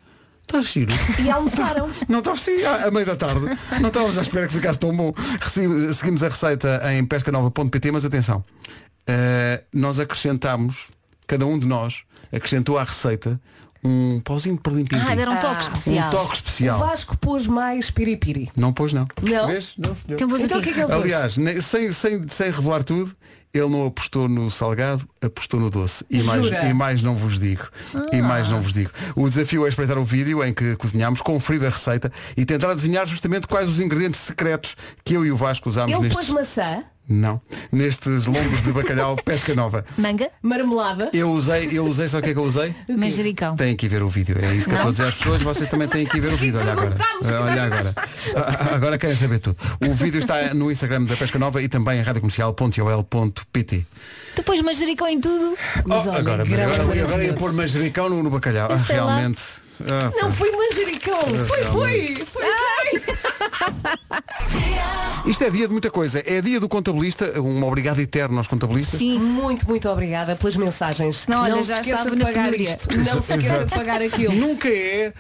Speaker 1: está giro.
Speaker 3: E um almoçaram.
Speaker 1: Não estava sim, à, à meia da tarde. Não estávamos à espera que ficasse tão bom. Reci- Seguimos a receita em pescanova.pt, mas atenção. eh, nós acrescentámos, cada um de nós acrescentou à receita um pauzinho de perlimpinho.
Speaker 4: Ah, deram um toque
Speaker 1: um
Speaker 4: especial.
Speaker 1: toque
Speaker 3: O
Speaker 1: especial.
Speaker 3: Vasco pôs mais piripiri.
Speaker 1: Não pôs não.
Speaker 3: Não.
Speaker 1: Vês? Não, senhor.
Speaker 4: Então, pôs o
Speaker 3: Então o
Speaker 4: quê?
Speaker 3: que é que ele pôs?
Speaker 1: Aliás, nem- sem, sem, sem revelar tudo, ele não apostou no salgado, apostou no doce. E mais,
Speaker 3: Jura? Ah.
Speaker 1: e mais não vos digo. E mais não vos digo. O desafio é espreitar o vídeo em que cozinhámos, conferir a receita e tentar adivinhar justamente quais os ingredientes secretos que eu e o Vasco usámos
Speaker 3: Ele pôs
Speaker 1: nestes.
Speaker 3: maçã,
Speaker 1: Não. Nestes lombos de bacalhau pesca nova.
Speaker 4: Manga?
Speaker 3: marmelada.
Speaker 1: Eu usei, eu usei, sabe o que é que eu usei?
Speaker 4: Manjericão.
Speaker 1: Têm que ir ver o vídeo. É isso que eu estou a dizer às pessoas. Vocês também têm que ir ver o vídeo. Olha agora. Olha agora. Ah, Agora querem saber tudo. O vídeo está no Instagram da Pesca Nova e também em radiocomercial.ol.pt.
Speaker 4: Tu pôs manjericão em tudo?
Speaker 1: Oh, agora,
Speaker 3: grão
Speaker 1: agora, agora, ia
Speaker 3: maravilhoso.
Speaker 1: pôr manjericão no, no bacalhau. Ah,
Speaker 4: sei lá.
Speaker 1: realmente. Ah,
Speaker 3: Não foi manjericão. Foi,
Speaker 1: É,
Speaker 3: foi. Foi, foi.
Speaker 1: Isto é dia de muita coisa. É dia do contabilista. Um obrigado eterno aos contabilistas.
Speaker 4: Sim.
Speaker 3: Muito, muito obrigada pelas mensagens.
Speaker 4: Não, olha,
Speaker 3: se
Speaker 4: já
Speaker 3: esqueça
Speaker 4: estava
Speaker 3: de
Speaker 4: na
Speaker 3: pagar
Speaker 4: penúria.
Speaker 3: isto. Não se
Speaker 4: é
Speaker 3: esqueça de
Speaker 1: Exato.
Speaker 3: pagar aquilo.
Speaker 1: Nunca é.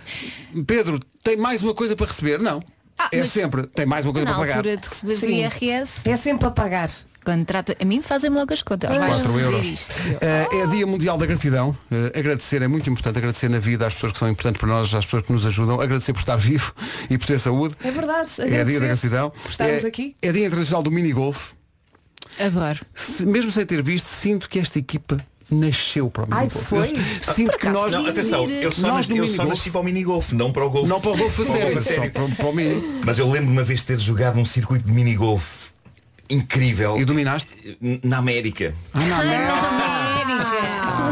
Speaker 1: Pedro, tem mais uma coisa para receber? Não.
Speaker 4: Ah,
Speaker 1: é
Speaker 4: mas-
Speaker 1: sempre. Tem mais uma coisa
Speaker 4: Na
Speaker 1: para pagar.
Speaker 4: altura de receberes o
Speaker 3: Sim.
Speaker 4: IRS,
Speaker 3: É sempre a pagar.
Speaker 4: quando trato. A mim fazem-me logo as contas. Vais
Speaker 1: Quatro
Speaker 4: receber
Speaker 1: euros.
Speaker 4: isto.
Speaker 1: Eh,
Speaker 3: Oh.
Speaker 1: é Dia Mundial da Gratidão. Eh, agradecer é muito importante. Agradecer na vida às pessoas que são importantes para nós, às pessoas que nos ajudam. Agradecer por estar vivo e por ter saúde.
Speaker 3: É verdade.
Speaker 1: É
Speaker 3: agradecer
Speaker 1: Dia da Gratidão.
Speaker 3: Por estarmos
Speaker 1: é,
Speaker 3: aqui.
Speaker 1: É Dia Internacional do Minigolf.
Speaker 4: Adoro.
Speaker 1: Se- mesmo sem ter visto, sinto que esta equipa nasceu para o
Speaker 3: Ai,
Speaker 1: minigolf.
Speaker 3: foi?
Speaker 1: Eu Sinto que nós...
Speaker 8: Não, atenção, eu só,
Speaker 1: Nós
Speaker 8: nasci,
Speaker 1: no
Speaker 8: eu
Speaker 1: minigolf.
Speaker 8: só nasci para o minigolf, não para o golfe.
Speaker 1: Não para o golfe a sério, só para, o- para o mini.
Speaker 8: Mas eu lembro-me uma vez de ter jogado um circuito de minigolf incrível
Speaker 1: E dominaste?
Speaker 8: n- na América.
Speaker 1: Ah,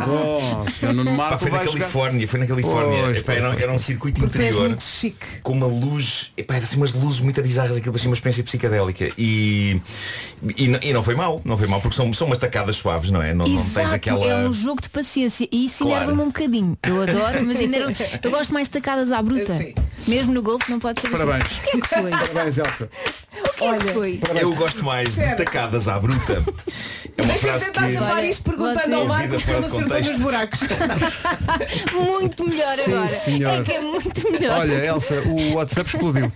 Speaker 1: Bom, senhor Nuno
Speaker 8: Pá,
Speaker 1: Marco
Speaker 8: foi na
Speaker 1: vai jogar.
Speaker 8: Califórnia, foi na Califórnia.
Speaker 1: Pois,
Speaker 8: Epá,
Speaker 1: pois,
Speaker 8: era,
Speaker 1: pois,
Speaker 8: era um circuito
Speaker 3: Porque tu és
Speaker 8: interior
Speaker 3: muito chique.
Speaker 8: com uma luz, epá, era assim umas luzes muito bizarras, aquilo parecia uma experiência psicadélica. E, e, n- e não foi mal, não foi mal, porque são, são umas tacadas suaves, não é? Não, não tens
Speaker 4: Exato,
Speaker 8: aquela.
Speaker 4: é um jogo de paciência e isso
Speaker 8: Claro.
Speaker 4: enerva-me um bocadinho. Eu adoro, mas ainda não- eu gosto mais de tacadas à bruta.
Speaker 3: Sim.
Speaker 4: Mesmo no golfe não pode ser
Speaker 1: Parabéns.
Speaker 4: assim. O que é que foi? O
Speaker 1: Parabéns, Elsa.
Speaker 4: que é que foi?
Speaker 8: Eu gosto mais de tacadas à bruta. É uma
Speaker 3: Deixa-me
Speaker 8: frase que.
Speaker 3: tentar safar
Speaker 4: Olha,
Speaker 3: isto perguntando
Speaker 4: vocês-
Speaker 3: ao Marco se
Speaker 8: Vida
Speaker 3: ele
Speaker 8: fora de
Speaker 3: acertou
Speaker 8: contexto.
Speaker 3: nos buracos.
Speaker 4: Muito melhor
Speaker 1: Sim,
Speaker 4: agora.
Speaker 1: senhora.
Speaker 4: É que é muito melhor.
Speaker 1: Olha, Elsa, o WhatsApp explodiu.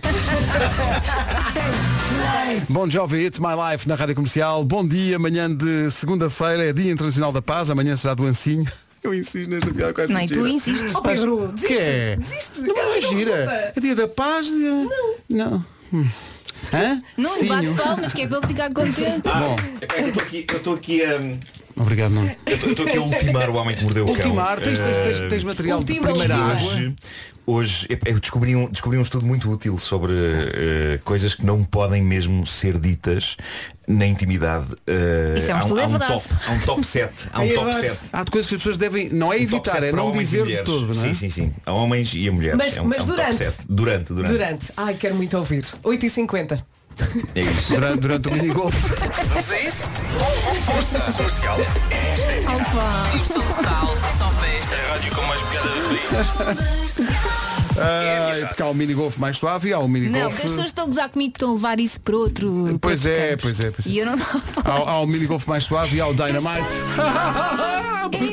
Speaker 1: Bom Jovem, It's My Life na Rádio Comercial. Bom dia, amanhã de segunda-feira é Dia Internacional da Paz, amanhã será do Ancinho. Eu insisto nesta piada quase
Speaker 4: Não, e tu insistes.
Speaker 3: Oh, É Pedro, desiste.
Speaker 1: Que é?
Speaker 3: Desiste.
Speaker 1: Não
Speaker 3: Essa
Speaker 1: é gira.
Speaker 3: resulta.
Speaker 1: É dia da paz? Dia... Não. Não. Hum. Hã?
Speaker 4: Não lhe bate
Speaker 1: Sinho.
Speaker 4: palmas, que é para ele ficar contente.
Speaker 8: Ah,
Speaker 1: Bom.
Speaker 8: Epá, É Eu estou aqui, eu estou aqui hum, a.
Speaker 1: Obrigado, Nuno.
Speaker 8: Eu estou- eu estou aqui a ultimar o homem que mordeu o cão. Eh,
Speaker 1: Ultimar, tens- tens- tens- tens material de Ultima, primeira ultima. água.
Speaker 8: Hoje, hoje ep- eu descobri um, descobri um estudo muito útil sobre eh, coisas que não podem mesmo ser ditas na intimidade. eh,
Speaker 1: Isso é um
Speaker 8: há
Speaker 1: estudo, é
Speaker 8: há
Speaker 1: verdade.
Speaker 8: top, há um top 7. Há um top 7.
Speaker 1: É Há de coisas que as pessoas devem, não é
Speaker 8: top
Speaker 1: evitar,
Speaker 8: set
Speaker 1: é
Speaker 8: para
Speaker 1: não
Speaker 8: homens e
Speaker 1: dizer de
Speaker 8: mulheres.
Speaker 1: todo, não é?
Speaker 8: Sim, sim, sim. A homens e a mulheres.
Speaker 3: Mas-
Speaker 8: é um,
Speaker 3: mas
Speaker 8: é um
Speaker 3: durante?
Speaker 8: top 7. Durante, durante.
Speaker 3: Durante. Ai, quero muito ouvir. 8h50.
Speaker 8: É isso.
Speaker 1: Durante, durante o minigolf.
Speaker 7: Vamos a isso? Força comercial. Diversão total, só festa. A rádio com mais piada do
Speaker 1: Ah, porque há o minigolf mais suave e há o
Speaker 4: Não, porque
Speaker 1: minigolf.
Speaker 4: as pessoas estão a gozar comigo que estão a levar isso para outro.
Speaker 1: Pois
Speaker 4: para outro
Speaker 1: é,
Speaker 4: campo.
Speaker 1: pois é, pois é.
Speaker 4: E eu não estava a falar.
Speaker 1: Há, há o minigolf mais suave e há o dynamite.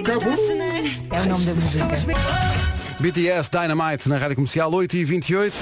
Speaker 4: tá É o nome da música.
Speaker 1: BTS Dynamite na Rádio Comercial 8 e 28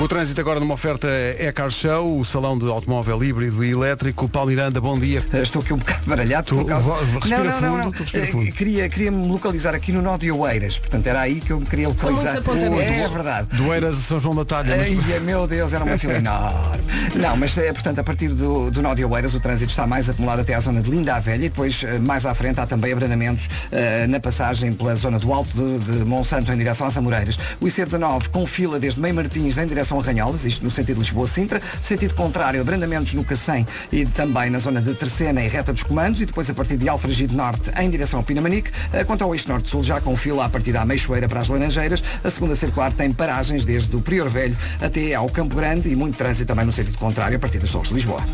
Speaker 1: o trânsito agora numa oferta é Car Show, o salão de automóvel híbrido e elétrico. Paulo Miranda, bom dia.
Speaker 2: Estou aqui um bocado baralhado
Speaker 1: Tu,
Speaker 2: por causa-
Speaker 1: vo- vo- Respira
Speaker 2: não, não,
Speaker 1: fundo,
Speaker 2: não, não.
Speaker 1: tu respira
Speaker 2: Eh,
Speaker 1: fundo.
Speaker 2: Queria, queria me localizar aqui no nó de Oeiras, portanto era aí que eu me queria localizar. É verdade.
Speaker 1: Doeiras a São João da Talha. mas-
Speaker 2: Ai, é, meu Deus, era uma fila enorme. Não, mas eh, portanto, a partir do, do Nó de Oeiras, o trânsito está mais acumulado até à zona de Linda a Velha e depois, eh, mais à frente, há também abrandamentos eh, na passagem pela zona do Alto de, de Monsanto em direção às Amoreiras. O IC19 com fila desde Meio Martins em direção a Ranholas, isto no sentido Lisboa-Sintra. Sentido contrário, abrandamentos no Cacém e também na zona de Terceira e reta dos comandos e depois a partir de Alfragido Norte em direção ao Pinamanique. Eh, Quanto ao Eixo Norte-Sul, já com fila a partir da Meixoeira para as Laranjeiras. A segunda circular tem paragens desde o Prior Velho até ao Campo Grande e muito trânsito também no sentido contrário a partir das Torres de Lisboa.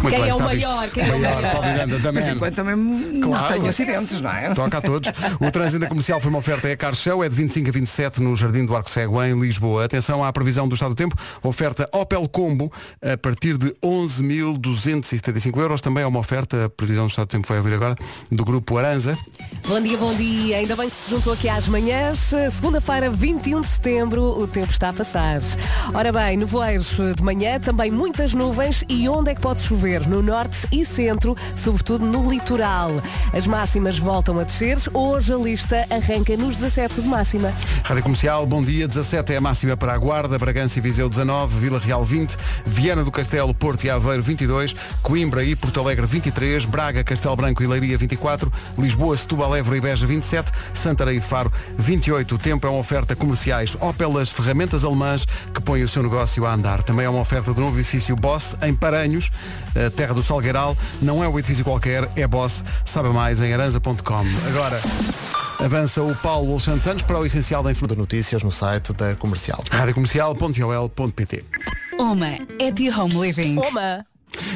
Speaker 1: Muito Quem bem, é o está visto. maior? Quem é o Maior, maior? Paulo Miranda, da
Speaker 2: Mas
Speaker 1: man.
Speaker 2: enquanto também não
Speaker 1: Claro.
Speaker 2: tenho acidentes, não é?
Speaker 1: Toca a todos. O trânsito da comercial foi uma oferta é Car Show, é de 25 a 27 no Jardim do Arco Cego, em Lisboa. Atenção à previsão do estado do tempo, oferta Opel Combo a partir de 11.275 euros. Também é uma oferta, a previsão do estado do tempo foi a ouvir agora, do grupo Aranza.
Speaker 3: Bom dia, bom dia. Ainda bem que se juntou aqui às manhãs. Segunda-feira, 21 de setembro, o tempo está a passar. Ora bem, nevoeiros de manhã, também muitas nuvens e onde é que pode chover? No norte e centro, sobretudo no litoral. As máximas voltam a descer. Hoje a lista arranca nos 17 de máxima.
Speaker 1: Rádio Comercial, bom dia. 17 é a máxima para a Guarda, Bragança e Viseu 19, Vila Real 20, Viana do Castelo, Porto e Aveiro 22, Coimbra e Porto Alegre 23, Braga, Castelo Branco e Leiria 24, Lisboa, Setúbal, Évora e Beja 27, Santarém e Faro 28. O tempo é uma oferta comerciais Opel, as ferramentas alemãs que põem o seu negócio a andar. Também é uma oferta do novo edifício Boss em Paranhos, eh, terra do Salgueiral. Não é um edifício qualquer, é Boss. Sabe mais em aranza.com. Agora... Avança o Paulo Alexandre Santos para o essencial da informação. Notícias no site da Comercial. Radiocomercial.ol.pt
Speaker 12: Oma, happy é home living.
Speaker 3: Oma.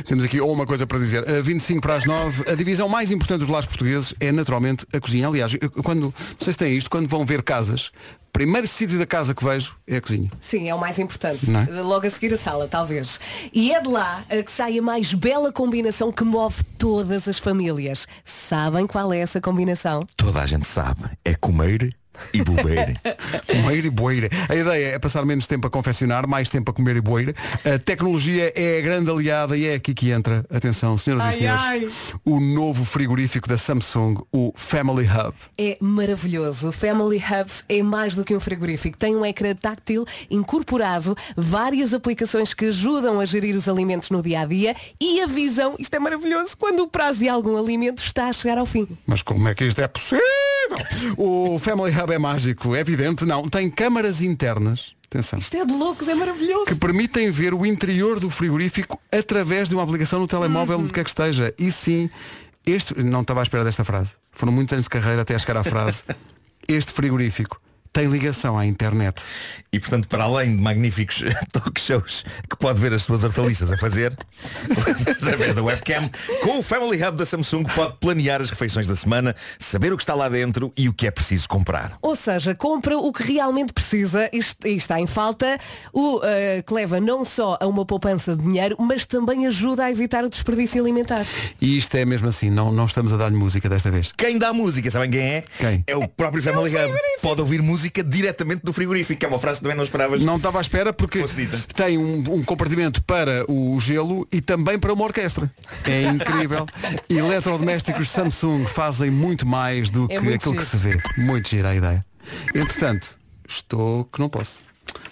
Speaker 1: Temos aqui uma coisa para dizer. A 25 para as 9, a divisão mais importante dos lares portugueses é naturalmente a cozinha. Aliás, eu- eu quando, não sei se tem isto, quando vão ver casas, primeiro sítio da casa que vejo é a cozinha.
Speaker 3: Sim, é o mais importante.
Speaker 1: Não é?
Speaker 3: Logo a seguir a sala, talvez. E é de lá eh, que sai a mais bela combinação que move todas as famílias. Sabem qual é essa combinação?
Speaker 8: Toda a gente sabe. É comer e beber.
Speaker 1: Comer e boeira. A ideia é passar menos tempo a confeccionar, mais tempo a comer e boeira. A tecnologia é a grande aliada e é aqui que entra, atenção, senhoras
Speaker 3: Ai,
Speaker 1: e senhores,
Speaker 3: ai.
Speaker 1: o novo frigorífico da Samsung, o Family Hub.
Speaker 3: É maravilhoso. O Family Hub é mais do que um frigorífico. Tem um ecrã táctil incorporado, várias aplicações que ajudam a gerir os alimentos no dia a dia e avisam, isto é maravilhoso, quando o prazo de algum alimento está a chegar ao fim.
Speaker 1: Mas como é que isto é possível? O Family Hub é mágico, é evidente, não. Tem câmaras internas, atenção,
Speaker 3: Isto é de loucos, é maravilhoso.
Speaker 1: que permitem ver o interior do frigorífico através de uma aplicação no
Speaker 3: Uhum.
Speaker 1: telemóvel, de que é que esteja. E sim, este, não estava à espera desta frase. Foram muitos anos de carreira até a chegar à frase. Este frigorífico tem ligação à internet.
Speaker 8: E portanto, para além de magníficos talk shows que pode ver as suas hortaliças a fazer, através da webcam, com o Family Hub da Samsung pode planear as refeições da semana, saber o que está lá dentro e o que é preciso comprar.
Speaker 3: Ou seja, compra o que realmente precisa e est- e está em falta, o eh, que leva não só a uma poupança de dinheiro, mas também ajuda a evitar o desperdício alimentar.
Speaker 1: E isto é mesmo assim, não, não estamos a dar-lhe música desta vez.
Speaker 8: Quem dá música, sabem quem é?
Speaker 1: Quem?
Speaker 8: É o próprio Family Hub. Pode ouvir música diretamente do frigorífico, que é uma frase que também não esperavas.
Speaker 1: Não estava à espera porque tem um, um compartimento para o gelo e também para uma orquestra. É incrível. Eletrodomésticos Samsung fazem muito mais do que
Speaker 3: É
Speaker 1: aquilo
Speaker 3: muito
Speaker 1: que
Speaker 3: giro.
Speaker 1: se vê. Muito gira a ideia. Entretanto, estou que não posso.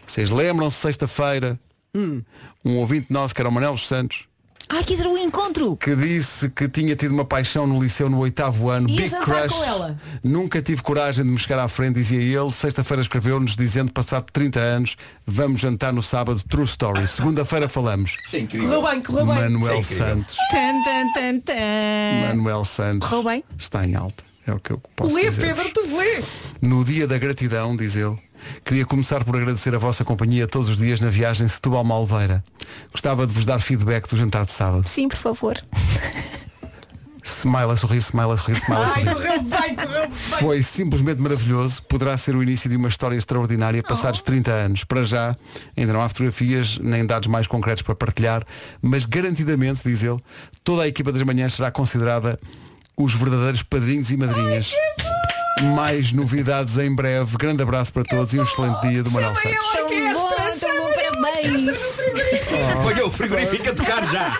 Speaker 1: Vocês lembram-se sexta-feira um ouvinte nosso, que era o Manuel dos Santos,
Speaker 4: Ai, quis o encontro!
Speaker 1: que disse que tinha tido uma paixão no liceu no oitavo ano,
Speaker 4: Ia
Speaker 1: Big
Speaker 4: jantar
Speaker 1: Crush.
Speaker 4: com ela.
Speaker 1: Nunca tive coragem de me chegar à frente, dizia ele. Sexta-feira escreveu-nos dizendo, passado 30 anos, vamos jantar no sábado, True Story. Segunda-feira falamos.
Speaker 8: Isso é
Speaker 4: Correu bem, correu bem.
Speaker 1: Manuel
Speaker 8: Isso é incrível.
Speaker 1: Santos.
Speaker 4: Tan, tan, tan, tan.
Speaker 1: Manuel Santos.
Speaker 4: Correu bem?
Speaker 1: Está em alta. É o que eu posso
Speaker 4: Lê,
Speaker 1: dizer.
Speaker 4: Pedro, tu lê!
Speaker 1: No dia da gratidão, diz ele, queria começar por agradecer a vossa companhia todos os dias na viagem Setúbal-Malveira. Gostava de vos dar feedback do jantar de sábado.
Speaker 4: Sim, por favor.
Speaker 1: Smile a sorrir, smile a sorrir, smile a sorrir.
Speaker 4: correu bem, correu bem.
Speaker 1: Foi simplesmente maravilhoso. Poderá ser o início de uma história extraordinária
Speaker 4: Oh.
Speaker 1: passados 30 anos. Para já, ainda não há fotografias nem dados mais concretos para partilhar, mas garantidamente, diz ele, toda a equipa das manhãs será considerada os verdadeiros padrinhos e madrinhas. mais novidades em breve. Grande abraço para todos e um excelente dia do Manuel Santos.
Speaker 4: Tão bom, tão bom, parabéns.
Speaker 8: Apanhou o frigorífico a tocar já.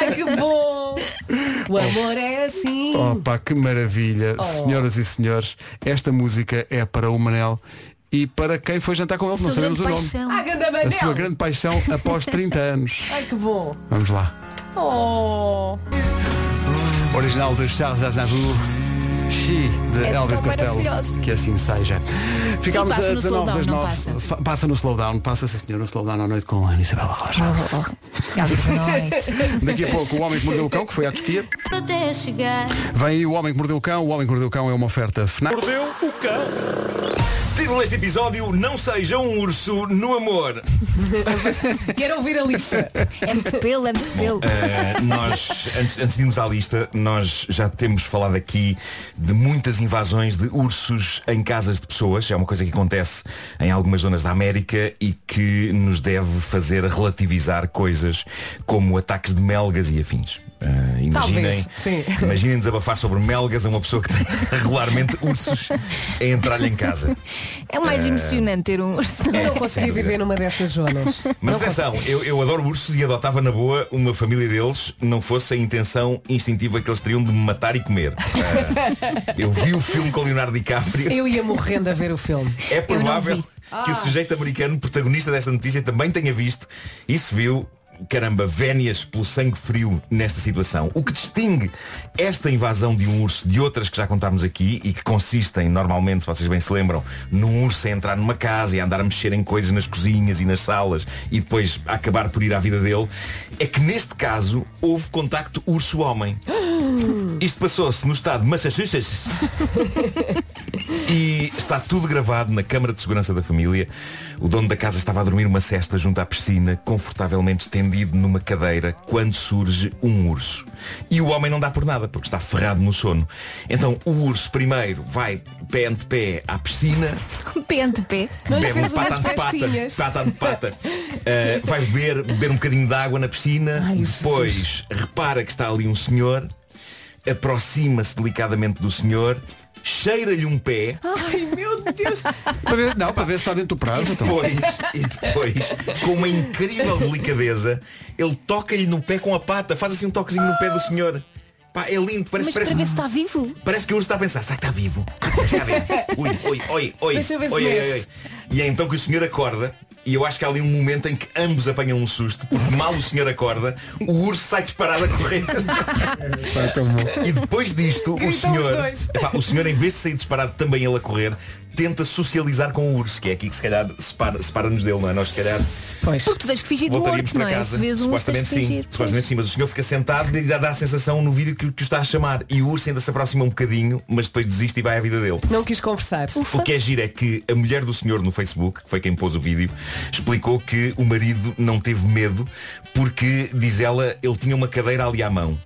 Speaker 3: Ai, que bom! O amor é assim.
Speaker 1: Opa, que
Speaker 4: Oh.
Speaker 1: maravilha. Senhoras e senhores, esta música é para o Manel e para quem foi jantar com ele,
Speaker 4: Sua
Speaker 1: não sabemos
Speaker 4: grande
Speaker 1: o nome.
Speaker 4: paixão.
Speaker 3: Ah, ganda
Speaker 1: A
Speaker 3: Manel.
Speaker 1: sua grande paixão após 30 anos.
Speaker 3: Ai, que bom.
Speaker 1: Vamos lá.
Speaker 3: Oh.
Speaker 1: Original de Charles Aznavour. She, de
Speaker 4: É
Speaker 1: Elvis
Speaker 4: tão
Speaker 1: Costello.
Speaker 4: maravilhoso.
Speaker 1: Que assim seja. Ficámos
Speaker 4: E passa
Speaker 1: a
Speaker 4: no
Speaker 1: 19 das
Speaker 4: slowdown, não
Speaker 1: 9.
Speaker 4: passa?
Speaker 1: Fa- no slowdown, passa sim senhor, no slowdown à noite com a Ana Isabela Rocha.
Speaker 4: Oh,
Speaker 1: Daqui a pouco o Homem que Mordeu o Cão, que foi à Tosquia.
Speaker 5: Até chegar.
Speaker 1: Vem aí o Homem que Mordeu o Cão. O Homem que Mordeu o Cão é uma oferta FNAC.
Speaker 8: Mordeu o cão. Título deste episódio, não seja um urso no amor.
Speaker 3: Quero ouvir a lista.
Speaker 4: É muito pelo, é muito pelo.
Speaker 8: Eh, nós, antes, antes de irmos à lista, nós já temos falado aqui de muitas invasões de ursos em casas de pessoas. É uma coisa que acontece em algumas zonas da América e que nos deve fazer relativizar coisas como ataques de melgas e afins. Eh, imaginem,
Speaker 3: Talvez, sim.
Speaker 8: imaginem desabafar sobre melgas a uma pessoa que tem regularmente ursos a entrar-lhe em casa.
Speaker 4: É mais emocionante ter um urso.
Speaker 8: É,
Speaker 3: Eu não
Speaker 8: sem
Speaker 3: consegui
Speaker 8: dúvida.
Speaker 3: viver numa dessas zonas.
Speaker 8: Mas
Speaker 3: Não
Speaker 8: atenção, eu, eu adoro ursos e adotava na boa uma família deles, não fosse a intenção instintiva que eles teriam de me matar e comer. Ah, eu vi o filme com Leonardo DiCaprio.
Speaker 3: Eu ia morrendo a ver o filme.
Speaker 8: É
Speaker 4: não
Speaker 8: provável
Speaker 4: vi.
Speaker 3: Ah.
Speaker 8: que o sujeito americano, protagonista desta notícia, também tenha visto e se viu. Caramba, vénias pelo sangue frio nesta situação. O que distingue esta invasão de um urso de outras que já contámos aqui e que consistem, normalmente, se vocês bem se lembram, num urso a entrar numa casa e a andar a mexer em coisas nas cozinhas e nas salas e depois a acabar por ir à vida dele, é que neste caso houve contacto urso-homem. Isto passou-se no estado de Massachusetts. E está tudo gravado na Câmara de Segurança da Família. O dono da casa estava a dormir uma cesta junto à piscina, confortavelmente estendido numa cadeira, quando surge um urso. E o homem não dá por nada, porque está ferrado no sono. Então o urso primeiro vai pé ante pé à piscina,
Speaker 4: Pente pé.
Speaker 3: Não lhe
Speaker 8: bebe uma
Speaker 3: fez umas
Speaker 8: pata ante pata,
Speaker 3: festinhas.
Speaker 8: pata ante pata. Uh, vai beber, beber um bocadinho de água na piscina,
Speaker 3: Ai,
Speaker 8: depois repara que está ali um senhor, aproxima-se delicadamente do senhor, cheira-lhe um pé.
Speaker 3: Ai, meu Deus.
Speaker 1: Para ver- não, para ver se está dentro do prazo.
Speaker 8: E
Speaker 1: Então.
Speaker 8: depois, e depois, com uma incrível delicadeza, ele toca-lhe no pé com a pata, faz assim um toquezinho no pé do senhor. Pá, é lindo, parece,
Speaker 4: Mas para
Speaker 8: parece,
Speaker 4: ver se está vivo.
Speaker 8: parece que o urso está a pensar, será que está vivo? Deixa cá ver. Ui, ui, ui, ui,
Speaker 3: Deixa ver se
Speaker 8: ui, ui,
Speaker 3: mexe.
Speaker 8: ui. E é então que o senhor acorda, e eu acho que há ali um momento em que ambos apanham um susto, porque mal o senhor acorda, o urso sai disparado a correr.
Speaker 1: Pá, tão bom.
Speaker 8: E depois disto, o
Speaker 3: Gritam os
Speaker 8: senhor,
Speaker 3: dois.
Speaker 8: Epá, o senhor, em vez de sair disparado também ele a correr, tenta socializar com o urso, que é aqui que se calhar separa- separa-nos dele, não é? Nós se calhar
Speaker 3: Pois.
Speaker 4: Porque tu tens que fingir de
Speaker 8: voltaríamos
Speaker 4: morto,
Speaker 8: para
Speaker 4: não é?
Speaker 8: casa.
Speaker 4: Se vês um urso tens que
Speaker 8: supostamente sim.
Speaker 4: fingir.
Speaker 8: Supostamente sim, mas o senhor fica sentado e já dá a sensação no vídeo que, que o está a chamar. E o urso ainda se aproxima um bocadinho, mas depois desiste e vai à vida dele.
Speaker 3: Não quis conversar.
Speaker 8: O que é giro é que a mulher do senhor no Facebook, que foi quem pôs o vídeo, explicou que o marido não teve medo porque, diz ela, ele tinha uma cadeira ali à mão.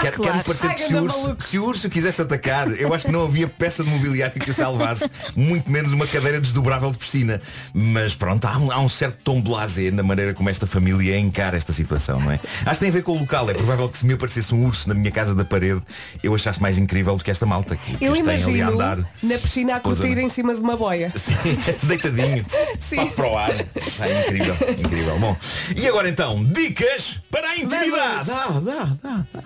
Speaker 8: Quer,
Speaker 4: Claro.
Speaker 8: quer-me parecer
Speaker 3: Tá Ai,
Speaker 8: que se
Speaker 3: ganda
Speaker 8: o, urso,
Speaker 3: maluco.
Speaker 8: se o urso quisesse atacar, eu acho que não havia peça de mobiliário que o salvasse, muito menos uma cadeira desdobrável de piscina. Mas pronto, há um, há um certo tom blasé na maneira como esta família encara esta situação, não é? Acho que tem a ver com o local. É provável que se me aparecesse um urso na minha casa da parede, eu achasse mais incrível do que esta malta que, que
Speaker 3: Eu
Speaker 8: os tem ali a
Speaker 3: imagino
Speaker 8: andar.
Speaker 3: na piscina a
Speaker 8: Pois
Speaker 3: curtir
Speaker 8: é.
Speaker 3: em cima de uma boia.
Speaker 8: Sim, deitadinho.
Speaker 3: Sim.
Speaker 8: Pá, para o ar. Isso é incrível, incrível. Bom, e agora então, dicas para a intimidade. Ah, Dá, dá, dá, dá.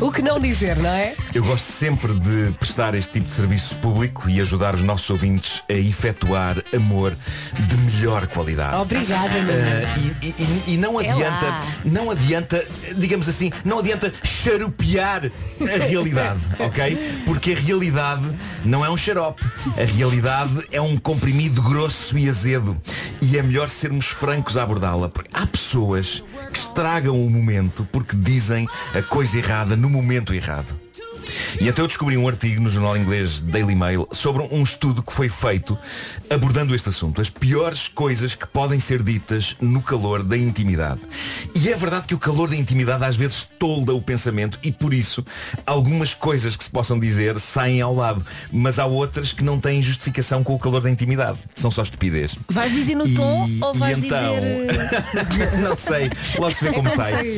Speaker 3: O que não dizer, não é?
Speaker 8: Eu gosto sempre de prestar este tipo de serviço público e ajudar os nossos ouvintes a efetuar amor de melhor qualidade.
Speaker 3: Obrigada,
Speaker 8: Ah,
Speaker 3: Nuno.
Speaker 8: e, e- e- e não
Speaker 3: É
Speaker 8: adianta,
Speaker 3: lá.
Speaker 8: não adianta, digamos assim, não adianta charupear a realidade, ok? Porque a realidade não é um xarope. A realidade é um comprimido grosso e azedo. E é melhor sermos francos a abordá-la. Porque há pessoas que estragam o momento porque dizem a coisa errada no momento errado. E até eu descobri um artigo no jornal inglês Daily Mail sobre um estudo que foi feito abordando este assunto. As piores coisas que podem ser ditas no calor da intimidade. E é verdade que o calor da intimidade às vezes tolda o pensamento e por isso algumas coisas que se possam dizer saem ao lado. Mas há outras que não têm justificação com o calor da intimidade. São só estupidez.
Speaker 4: Vais dizer no
Speaker 8: E-
Speaker 4: tom ou
Speaker 8: e
Speaker 4: vais
Speaker 8: então-
Speaker 4: dizer. eh,
Speaker 8: não sei, logo se vê como
Speaker 4: Não
Speaker 8: sai.
Speaker 4: sei.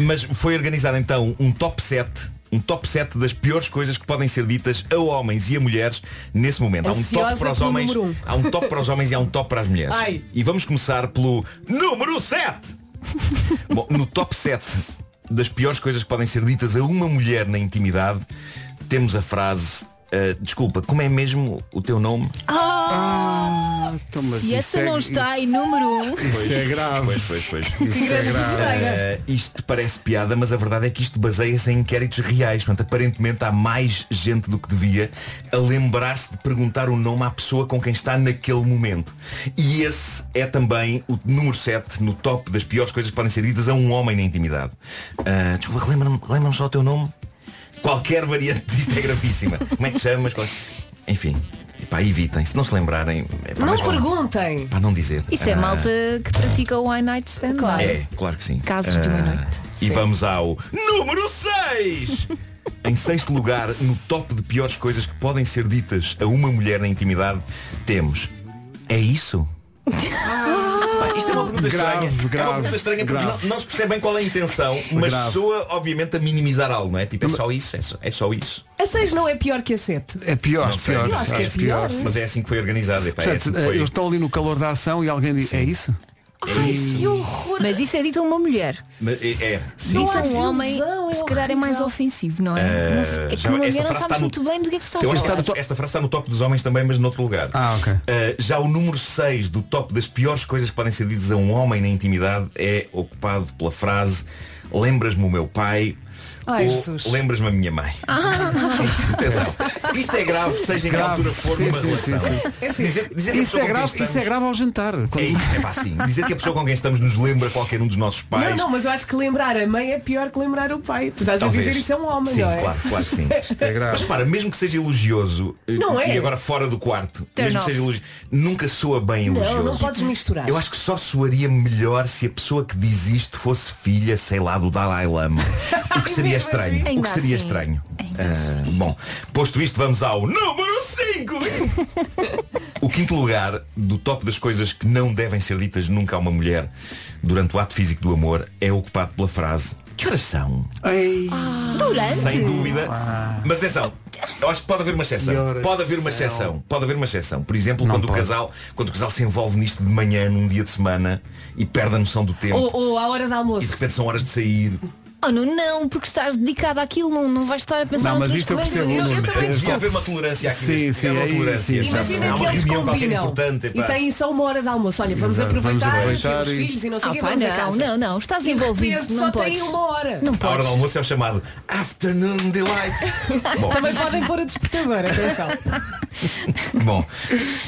Speaker 8: Mas foi organizado então um top 7 um top 7 das piores coisas que podem ser ditas a homens e a mulheres nesse momento. Há um
Speaker 7: Ansiosa
Speaker 8: top para os
Speaker 7: pelo
Speaker 8: homens.
Speaker 7: número um.
Speaker 8: Há um top para os homens e há um top para as mulheres.
Speaker 7: Ai.
Speaker 8: E vamos começar pelo número 7. Bom, no top 7 das piores coisas que podem ser ditas a uma mulher na intimidade, temos a frase ah, desculpa, como é mesmo o teu nome?
Speaker 4: Ah,
Speaker 1: então,
Speaker 8: mas
Speaker 4: se
Speaker 8: isso
Speaker 4: essa
Speaker 8: é-
Speaker 4: não está em número um.
Speaker 8: Pois, Pois, pois, pois.
Speaker 4: Isso é grande grave.
Speaker 8: Eh, isto parece piada, mas a verdade é que isto baseia-se em inquéritos reais. Portanto, aparentemente há mais gente do que devia a lembrar-se de perguntar o nome à pessoa com quem está naquele momento. E esse é também o número 7 no top das piores coisas que podem ser ditas a um homem na intimidade. Eh, desculpa, lembra-me lembra só o teu nome? Qualquer variante disto é gravíssima. Como é que te chamas? Qual- Enfim, epá, evitem. Se não se lembrarem, é epá,
Speaker 3: Não
Speaker 8: mas vão-
Speaker 3: perguntem.
Speaker 8: Pá, não dizer.
Speaker 4: Isso é
Speaker 8: Ah,
Speaker 4: malta que pratica o One Night Stand. Claro.
Speaker 8: É, claro que sim.
Speaker 4: Casos de uma
Speaker 8: Ah,
Speaker 4: noite.
Speaker 8: E vamos ao número 6! Em sexto lugar, no top de piores coisas que podem ser ditas a uma mulher na intimidade, temos É isso?
Speaker 3: Ah.
Speaker 8: Pá, isto é uma pergunta
Speaker 1: Grave,
Speaker 8: estranha. é
Speaker 1: grave,
Speaker 8: uma pergunta estranha porque
Speaker 1: grave.
Speaker 8: Não, não se percebe bem qual é a intenção, mas
Speaker 1: Grave.
Speaker 8: soa obviamente a minimizar algo, não é? Tipo, é só isso, é só, é só isso.
Speaker 3: A 6 não é pior que a 7.
Speaker 1: É pior,
Speaker 8: Não sei.
Speaker 1: pior.
Speaker 3: Eu acho que é pior.
Speaker 8: Mas é assim que foi organizado. epá, é assim
Speaker 1: Portanto,
Speaker 8: que
Speaker 1: eh,
Speaker 8: foi.
Speaker 1: eles estão ali no calor da ação e alguém diz, é isso?
Speaker 4: Ai, que horror. Mas isso é dito a uma mulher.
Speaker 8: Mas, é- é.
Speaker 4: Se dito a um homem, se calhar é mais ofensivo, não é?
Speaker 8: Eh,
Speaker 4: Não sei- é que
Speaker 8: já-
Speaker 4: uma
Speaker 8: esta
Speaker 4: mulher não
Speaker 8: frase
Speaker 4: sabes
Speaker 8: está no-
Speaker 4: muito bem do que é que se está a
Speaker 8: Eu acho que
Speaker 4: falar.
Speaker 8: Então, esta, esta frase está no top dos homens também, mas noutro lugar.
Speaker 1: Ah, ok.
Speaker 8: Uh, já o número 6 do top das piores coisas que podem ser ditas a um homem na intimidade é ocupado pela frase Lembras-me o meu pai
Speaker 7: Ai, Jesus.
Speaker 8: ou lembras-me a minha mãe.
Speaker 3: Ah.
Speaker 8: Atenção. Isto é grave, seja em que
Speaker 1: Grave.
Speaker 8: altura for
Speaker 1: Sim,
Speaker 8: numa
Speaker 1: sim,
Speaker 8: relação.
Speaker 1: sim, sim.
Speaker 8: Dizer- assim, dizer que a
Speaker 1: isso,
Speaker 8: pessoa
Speaker 1: é
Speaker 8: com quem
Speaker 1: grave, isso é
Speaker 8: estamos-
Speaker 1: grave ao jantar. Quando-
Speaker 8: É isso, é pá, sim. Dizer que a pessoa com quem estamos nos lembra qualquer um dos nossos pais.
Speaker 3: Não, não, mas eu acho que lembrar a mãe é pior que lembrar o pai. Tu estás
Speaker 8: Talvez.
Speaker 3: a dizer isso é um homem,
Speaker 8: sim,
Speaker 3: não é?
Speaker 8: Claro, claro que sim. Mas para, mesmo que seja elogioso, eh,
Speaker 3: Não
Speaker 8: e
Speaker 3: é.
Speaker 8: agora fora do quarto,
Speaker 3: Turn
Speaker 8: mesmo
Speaker 3: off.
Speaker 8: que seja elogioso, nunca soa bem elogioso.
Speaker 3: Não, não podes misturar.
Speaker 8: Eu acho que só soaria melhor se a pessoa que diz isto fosse filha, sei lá, do Dalai Lama. O que seria estranho. O
Speaker 7: Ainda
Speaker 8: que seria
Speaker 7: assim.
Speaker 8: estranho. Ah, bom, posto isto, vamos ao número 5! O quinto lugar do top das coisas que não devem ser ditas nunca a uma mulher durante o ato físico do amor é ocupado pela frase Que horas são?
Speaker 4: Ah. Durante?
Speaker 8: Sem dúvida. Mas atenção, eu acho que pode haver uma exceção. Pode haver uma Ah. exceção. Pode haver uma exceção. Por exemplo, quando o casal, quando o casal se envolve nisto de manhã num dia de semana e perde a noção do tempo
Speaker 3: Ou, ou à hora do
Speaker 8: e de
Speaker 3: almoço.
Speaker 8: repente são horas de sair.
Speaker 4: Oh, não, não, porque estás dedicado àquilo, não, não vais estar a pensar
Speaker 8: Não, mas
Speaker 4: noutras
Speaker 8: isto eu
Speaker 4: coisas.
Speaker 8: percebo, Nuno. é Eu também
Speaker 4: estou.
Speaker 8: Devia haver uma tolerância aqui
Speaker 1: Sim,
Speaker 8: neste
Speaker 1: sim,
Speaker 8: há uma
Speaker 1: aí,
Speaker 8: tolerância.
Speaker 1: sim,
Speaker 3: Imagina
Speaker 8: Há
Speaker 3: que
Speaker 8: uma
Speaker 3: eles
Speaker 8: reunião qualquer
Speaker 3: combinam
Speaker 8: importante.
Speaker 3: e
Speaker 8: epá.
Speaker 3: têm só uma hora de almoço. Olha, vamos
Speaker 8: Exato, vamos
Speaker 3: aproveitar,
Speaker 8: aproveitar
Speaker 3: temos
Speaker 8: e-
Speaker 3: filhos e não sei o
Speaker 4: Ah,
Speaker 3: que
Speaker 4: pá,
Speaker 3: vamos a
Speaker 4: não,
Speaker 3: casa.
Speaker 4: não, não, estás
Speaker 3: E de
Speaker 4: envolvido,
Speaker 3: repente
Speaker 4: não
Speaker 3: só
Speaker 4: podes.
Speaker 3: tem uma hora.
Speaker 4: Não
Speaker 8: A hora do
Speaker 4: podes.
Speaker 8: almoço é o chamado Afternoon Delight. Bom.
Speaker 3: Também podem pôr a despertador, atenção.
Speaker 8: Bom,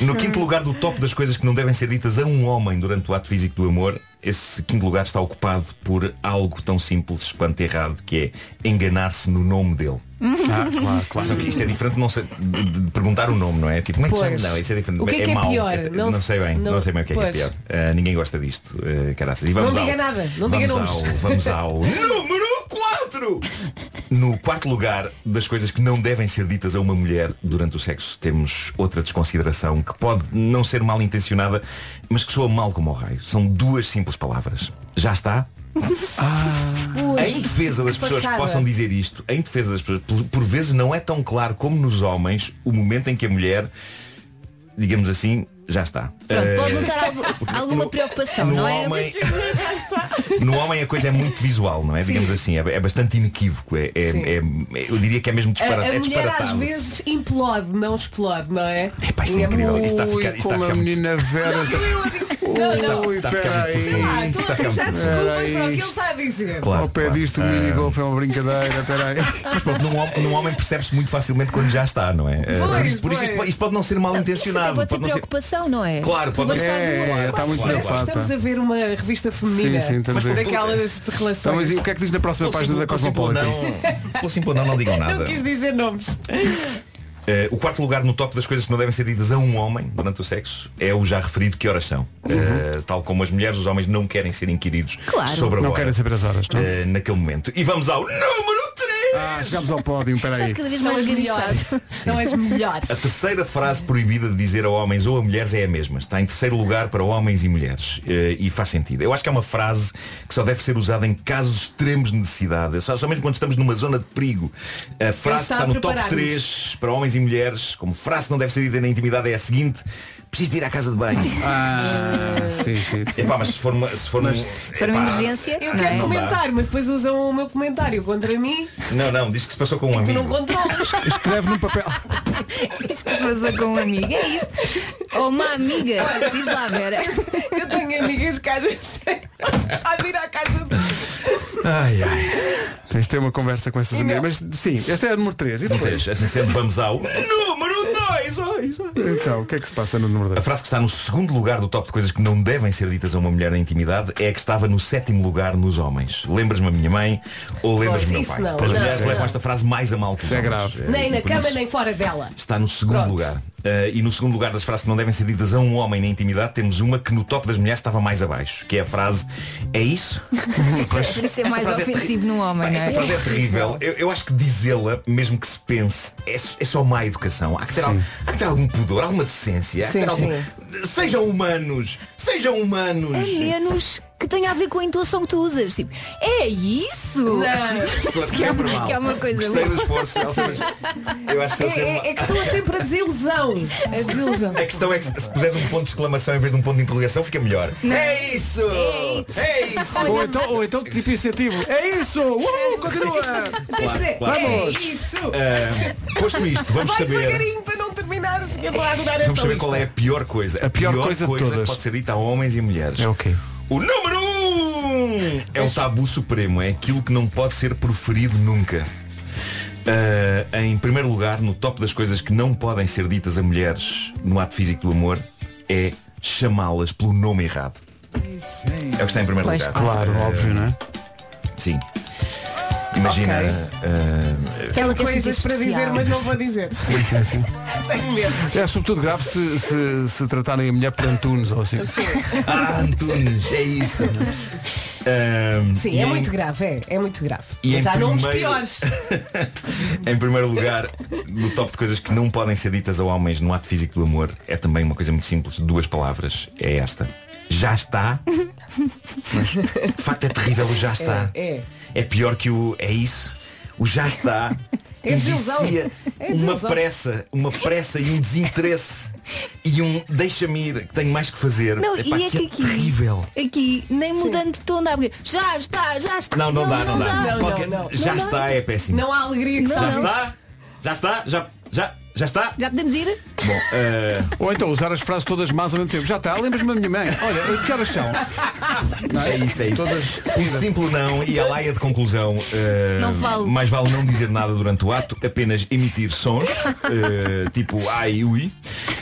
Speaker 8: no quinto lugar do top das coisas que não devem ser ditas a um homem durante o ato físico do amor, esse quinto lugar está ocupado por algo tão simples quanto errado, que é enganar-se no nome dele.
Speaker 7: Ah, claro, claro.
Speaker 8: Sabe que Isto é diferente de, não ser- de- de perguntar o nome, não é? Tipo, como é que se chama?
Speaker 7: Pois.
Speaker 8: Não, isso é diferente.
Speaker 7: O que é que é
Speaker 8: mau.
Speaker 7: pior?
Speaker 8: Não,
Speaker 7: Não-
Speaker 8: sei bem, não,
Speaker 7: não-
Speaker 8: sei bem o que é,
Speaker 7: pois.
Speaker 8: que é pior. Ah, ninguém gosta disto, ah, caraças. E vamos
Speaker 7: Não diga
Speaker 8: ao-
Speaker 7: nada, não diga
Speaker 8: vamos
Speaker 7: nomes.
Speaker 8: ao, vamos ao Número 4! No quarto lugar das coisas que não devem ser ditas a uma mulher durante o sexo, temos outra desconsideração que pode não ser mal intencionada, mas que soa mal como ao raio. São duas simples palavras. Já está? Em defesa das pessoas que possam dizer isto, em defesa das pessoas, por, por vezes não é tão claro como nos homens o momento em que a mulher, digamos assim, já está.
Speaker 4: Pronto, pode
Speaker 8: Eh,
Speaker 4: notar algu- alguma preocupação,
Speaker 8: no
Speaker 4: não é?
Speaker 8: homem- No homem a coisa é muito visual, não é? Digamos assim, é, é bastante inequívoco. É, é-
Speaker 3: Sim.
Speaker 8: é- é- eu diria que é mesmo dispara,
Speaker 3: A, a mulher
Speaker 8: é
Speaker 3: às
Speaker 8: disparatado.
Speaker 3: vezes implode, não explode, não é?
Speaker 8: Epá, isto é incrível. Isto está a ficar- isto está a
Speaker 1: como
Speaker 8: ficar muito-
Speaker 1: menina Vera. está-
Speaker 3: Não, não.
Speaker 1: Ui,
Speaker 8: está a ficar
Speaker 1: peraí.
Speaker 8: muito
Speaker 3: Sei lá, então estou
Speaker 8: Isto
Speaker 3: a
Speaker 8: está a
Speaker 3: arranjar
Speaker 8: ficar muito-
Speaker 3: desculpas para o que
Speaker 1: Peraí.
Speaker 3: ele está a dizer.
Speaker 8: Claro,
Speaker 1: Ao pé
Speaker 8: claro.
Speaker 1: disto, o
Speaker 8: Ah.
Speaker 1: minigolf é uma brincadeira, peraí.
Speaker 8: Mas pronto, num, hom- num homem percebe-se muito facilmente quando já está, não é? Eh,
Speaker 3: Pois,
Speaker 8: por isso, por isso
Speaker 3: pois.
Speaker 8: isto, po- isto pode não ser mal
Speaker 4: Até
Speaker 8: intencionado.
Speaker 4: pode ser
Speaker 8: não ser...
Speaker 4: preocupação, não é?
Speaker 8: Claro, pode
Speaker 4: Mas
Speaker 8: não ser.
Speaker 1: É, está
Speaker 8: claro,
Speaker 1: muito
Speaker 8: claro,
Speaker 3: Parece que
Speaker 8: claro.
Speaker 1: Claro,
Speaker 3: estamos
Speaker 1: tá.
Speaker 3: a ver uma revista feminina.
Speaker 1: Sim, sim, estamos
Speaker 3: mas é
Speaker 1: a ver.
Speaker 3: daquelas de
Speaker 1: Então, mas
Speaker 3: relações.
Speaker 1: e o que é que diz na próxima
Speaker 8: Pelo
Speaker 1: página
Speaker 8: simples-
Speaker 1: da
Speaker 8: pelo simples
Speaker 1: Cosmopolitan?
Speaker 8: não- Pelo simples não, não digam nada.
Speaker 3: Não quis dizer nomes.
Speaker 8: Eh, o quarto lugar no top das coisas que não devem ser ditas a um homem durante o sexo é o já referido que horas são. Eh, tal como as mulheres, os homens não querem ser inquiridos
Speaker 4: Claro.
Speaker 8: sobre a
Speaker 1: Uhum. Não
Speaker 8: hora,
Speaker 1: querem saber as horas, não?
Speaker 8: eh, naquele momento. E vamos ao número 3!
Speaker 1: Ah, chegámos ao pódio,
Speaker 4: Estás
Speaker 1: peraí.
Speaker 4: cada vez
Speaker 3: São
Speaker 4: mais
Speaker 3: as melhores.
Speaker 4: organizado.
Speaker 3: São as melhores.
Speaker 8: A terceira frase proibida de dizer a homens ou a mulheres é a mesma. Está em terceiro lugar para homens e mulheres. Eh, E faz sentido. Eu acho que é uma frase que só deve ser usada em casos extremos de necessidade. Só, só mesmo quando estamos numa zona de perigo. A frase que
Speaker 3: está a
Speaker 8: está no top
Speaker 3: preparar-nos.
Speaker 8: 3 para homens e mulheres, como frase que não deve ser dita na intimidade, é a seguinte. Preciso de ir à casa de banho.
Speaker 1: Ah, sim, sim. sim.
Speaker 8: Epá, mas se for uma. Se for, um, mas,
Speaker 4: Se for uma emergência,
Speaker 3: Eu
Speaker 4: não
Speaker 3: quero
Speaker 4: é?
Speaker 8: com-
Speaker 3: comentar, mas depois usam o meu comentário contra mim.
Speaker 8: Não, não, diz que se passou com um
Speaker 3: É Tu
Speaker 8: amigo.
Speaker 3: não controlas.
Speaker 1: Escreve num papel.
Speaker 4: Isto que se passa com uma amiga, é isso. Ou uma amiga, diz lá, Vera.
Speaker 3: Eu tenho amigas que às vezes
Speaker 8: é.
Speaker 3: a ir à casa de
Speaker 8: Ai, ai.
Speaker 1: Tens de ter uma conversa com essas
Speaker 3: E não.
Speaker 1: amigas. Mas sim, este é o número 3. E
Speaker 8: Não
Speaker 1: depois?
Speaker 8: tens, assim sendo, vamos ao número 2! Ai, ai.
Speaker 1: Então, o que é que se passa no número
Speaker 8: A
Speaker 1: 2?
Speaker 8: frase que está no segundo lugar do top de coisas que não devem ser ditas a uma mulher na intimidade é a que estava no sétimo lugar nos homens. Lembras-me a minha mãe ou lembras-me meu
Speaker 3: isso
Speaker 8: pai?
Speaker 3: não,
Speaker 8: As
Speaker 3: não,
Speaker 8: mulheres
Speaker 3: não.
Speaker 8: levam esta frase mais a mal que os
Speaker 1: Isso é
Speaker 8: homens.
Speaker 1: grave.
Speaker 8: Eh,
Speaker 3: Nem
Speaker 8: e
Speaker 3: na
Speaker 8: por
Speaker 3: cama,
Speaker 8: isso
Speaker 3: nem fora dela.
Speaker 8: Está no segundo
Speaker 3: Pronto.
Speaker 8: lugar. Eh, e no segundo lugar das frases que não devem ser ditas a um homem na intimidade temos uma que no top das mulheres estava mais abaixo, que é a frase É isso?
Speaker 4: Isso é
Speaker 8: Esta
Speaker 4: mais
Speaker 8: frase é terri-
Speaker 4: ofensivo num homem,
Speaker 8: Pá,
Speaker 4: não
Speaker 8: Esta
Speaker 4: é?
Speaker 8: frase é terrível. Eu, eu acho que dizê-la, mesmo que se pense, é, s- é só má educação. Há que, ter al- há que ter algum pudor, alguma decência. há que
Speaker 3: Sim,
Speaker 8: ter algum-
Speaker 3: sim.
Speaker 8: Sejam humanos! Sejam humanos!
Speaker 4: A menos que tenha a ver com a intuação que tu usas. Tipo, é isso?
Speaker 3: Não.
Speaker 8: Soa
Speaker 4: que é
Speaker 8: sempre
Speaker 4: uma-
Speaker 8: mal.
Speaker 4: que é uma coisa
Speaker 8: Gostei
Speaker 4: boa.
Speaker 8: do esforço, Elsa, mas eu acho que
Speaker 3: É,
Speaker 8: está sempre mal.
Speaker 3: é- é que soa sempre a desilusão. A desilusão.
Speaker 8: A questão é que se se puseres um ponto de exclamação em vez de um ponto de interrogação fica melhor. É isso! É isso!
Speaker 1: Ou então, ou então tipo iniciativo. É isso! Uh, continua!
Speaker 3: Tens de dizer,
Speaker 8: claro.
Speaker 3: É
Speaker 1: Vamos.
Speaker 3: isso.
Speaker 8: Ah, posto isto, vamos
Speaker 3: Vai
Speaker 8: saber.
Speaker 3: devagarinho para não terminares. que Eu vou adorar
Speaker 8: Vamos
Speaker 3: esta
Speaker 8: saber
Speaker 3: lista.
Speaker 8: qual é a pior coisa.
Speaker 1: A pior coisa de todas.
Speaker 8: que pode ser dita a homens e mulheres.
Speaker 1: É o quê?
Speaker 8: O número 1 um é o tabu supremo, é aquilo que não pode ser proferido nunca. Ah, em primeiro lugar, no top das coisas que não podem ser ditas a mulheres no ato físico do amor, é chamá-las pelo nome errado. É o que está em primeiro
Speaker 4: Pois,
Speaker 8: lugar. Eh, Ah,
Speaker 1: Claro, óbvio, não é?
Speaker 8: Sim. Imagina. ah,
Speaker 4: Ela
Speaker 3: é
Speaker 4: quer sentir
Speaker 3: Coisas para dizer,
Speaker 4: é especial.
Speaker 3: mas não vou dizer.
Speaker 1: Sim, sim, sim.
Speaker 3: Tenho medo.
Speaker 1: É sobretudo grave se, se, se tratarem a mulher por Antunes ou assim.
Speaker 8: ah, Antunes, é isso. Ah,
Speaker 3: Sim,
Speaker 8: e
Speaker 3: é
Speaker 8: em-
Speaker 3: muito grave, é, é muito grave.
Speaker 8: E
Speaker 3: Mas
Speaker 8: em
Speaker 3: há nomes
Speaker 8: primeiro-
Speaker 3: piores.
Speaker 8: Em primeiro lugar, no top de coisas que não podem ser ditas a homens no ato físico do amor, é também uma coisa muito simples. Duas palavras. É esta. Já está. Mas, de facto é terrível o já está.
Speaker 3: é.
Speaker 8: É pior que o é isso. O já está.
Speaker 3: É desilusão.
Speaker 8: indicia
Speaker 3: É
Speaker 8: uma
Speaker 3: desilusão.
Speaker 8: pressa, uma pressa e um desinteresse e um deixa-me ir, que tenho mais que fazer.
Speaker 4: Não,
Speaker 8: Epá,
Speaker 4: e é que
Speaker 8: é
Speaker 4: aqui,
Speaker 8: terrível.
Speaker 4: aqui, nem mudando de tom dá porque já está, já está.
Speaker 8: Não, não, dá, não, dá.
Speaker 3: dá.
Speaker 8: Qualquer-
Speaker 3: Não, não.
Speaker 8: Já
Speaker 4: Não dá.
Speaker 8: está, é péssimo.
Speaker 3: Não há alegria que
Speaker 4: Não,
Speaker 3: só
Speaker 8: Já
Speaker 4: não.
Speaker 8: está? Já está? Já, já, já está?
Speaker 4: Já podemos ir?
Speaker 8: Bom, eh,
Speaker 1: Ou então usar as frases todas más ao mesmo tempo. Já está, lembras-me a minha mãe. Olha, que horas são? Não
Speaker 8: é isso, é isso.
Speaker 1: Todas
Speaker 8: Um simples não e a laia de conclusão. eh,
Speaker 4: Não falo.
Speaker 8: Mais vale não dizer nada durante o ato, apenas emitir sons, eh, tipo ai ui.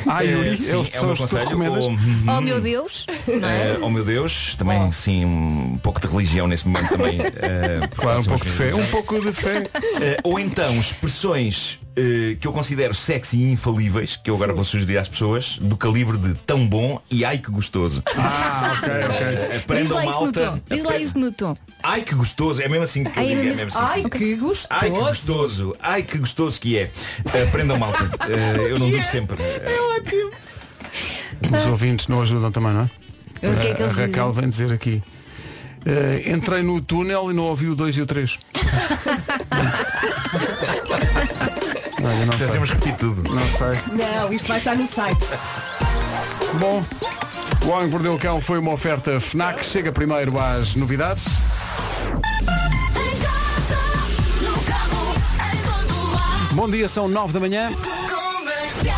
Speaker 1: Ai, ui,
Speaker 8: Eh,
Speaker 1: é as
Speaker 8: sim, o meu
Speaker 1: pessoas que tu
Speaker 8: conselho,
Speaker 1: recomendas?
Speaker 8: ou, hum,
Speaker 4: Oh meu Deus. Não é?
Speaker 8: eh, oh meu Deus, também sim, um pouco de religião nesse momento também. eh,
Speaker 1: Claro, um
Speaker 8: pode
Speaker 1: pouco de
Speaker 8: ser umas
Speaker 1: fé.
Speaker 8: coisas.
Speaker 1: Um pouco de fé.
Speaker 8: Eh, ou então expressões eh, que eu considero sexy e infalíveis, que eu agora vou sugerir às pessoas, do calibre de tão bom e ai que gostoso. Eh,
Speaker 1: Ah, ok, ok.
Speaker 4: Diz
Speaker 8: Aprendam
Speaker 4: lá isso no
Speaker 8: malta.
Speaker 4: tom. Diz lá isso no tom.
Speaker 8: Ai que gostoso, é mesmo assim que eu
Speaker 4: Ai,
Speaker 8: digo, é
Speaker 4: mas-
Speaker 8: mesmo assim.
Speaker 3: Ai,
Speaker 8: sim.
Speaker 3: que gostoso.
Speaker 8: Ai que gostoso, ai que gostoso que é. Aprendam malta. Eh, eu não digo sempre.
Speaker 3: É
Speaker 1: Os ouvintes não ajudam também, não é?
Speaker 4: O que é que
Speaker 1: a
Speaker 4: eles dizem?
Speaker 1: Raquel vem dizer aqui. "Eh, entrei no túnel e não ouvi o 2 e o 3. Olha, não sei.
Speaker 8: Fazemos repetir tudo.
Speaker 1: Não sei.
Speaker 3: Não, isto vai estar no site.
Speaker 1: Bom, o Homem que Mordeu o Cão foi uma oferta FNAC. Chega primeiro às novidades. Bom dia, são 9 da manhã.
Speaker 8: é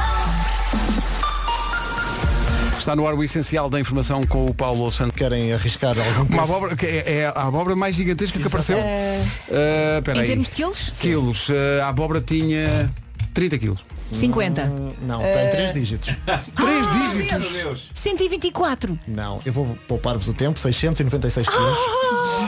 Speaker 1: Está no ar o essencial da informação com o Paulo Santos.
Speaker 13: Querem arriscar algum É.
Speaker 1: Uma abóbora, que é, é a abóbora mais gigantesca que apareceu. Ah, espera
Speaker 4: Em
Speaker 1: aí.
Speaker 4: termos de quilos?
Speaker 1: Quilos. Ah, a abóbora tinha 30 quilos.
Speaker 4: 50.
Speaker 13: Hum, Não,
Speaker 4: Eh,
Speaker 13: tem três dígitos.
Speaker 1: Três
Speaker 4: Ah,
Speaker 1: dígitos.
Speaker 4: meu Deus. 124.
Speaker 13: Não, eu vou poupar-vos o tempo, 696 quilos.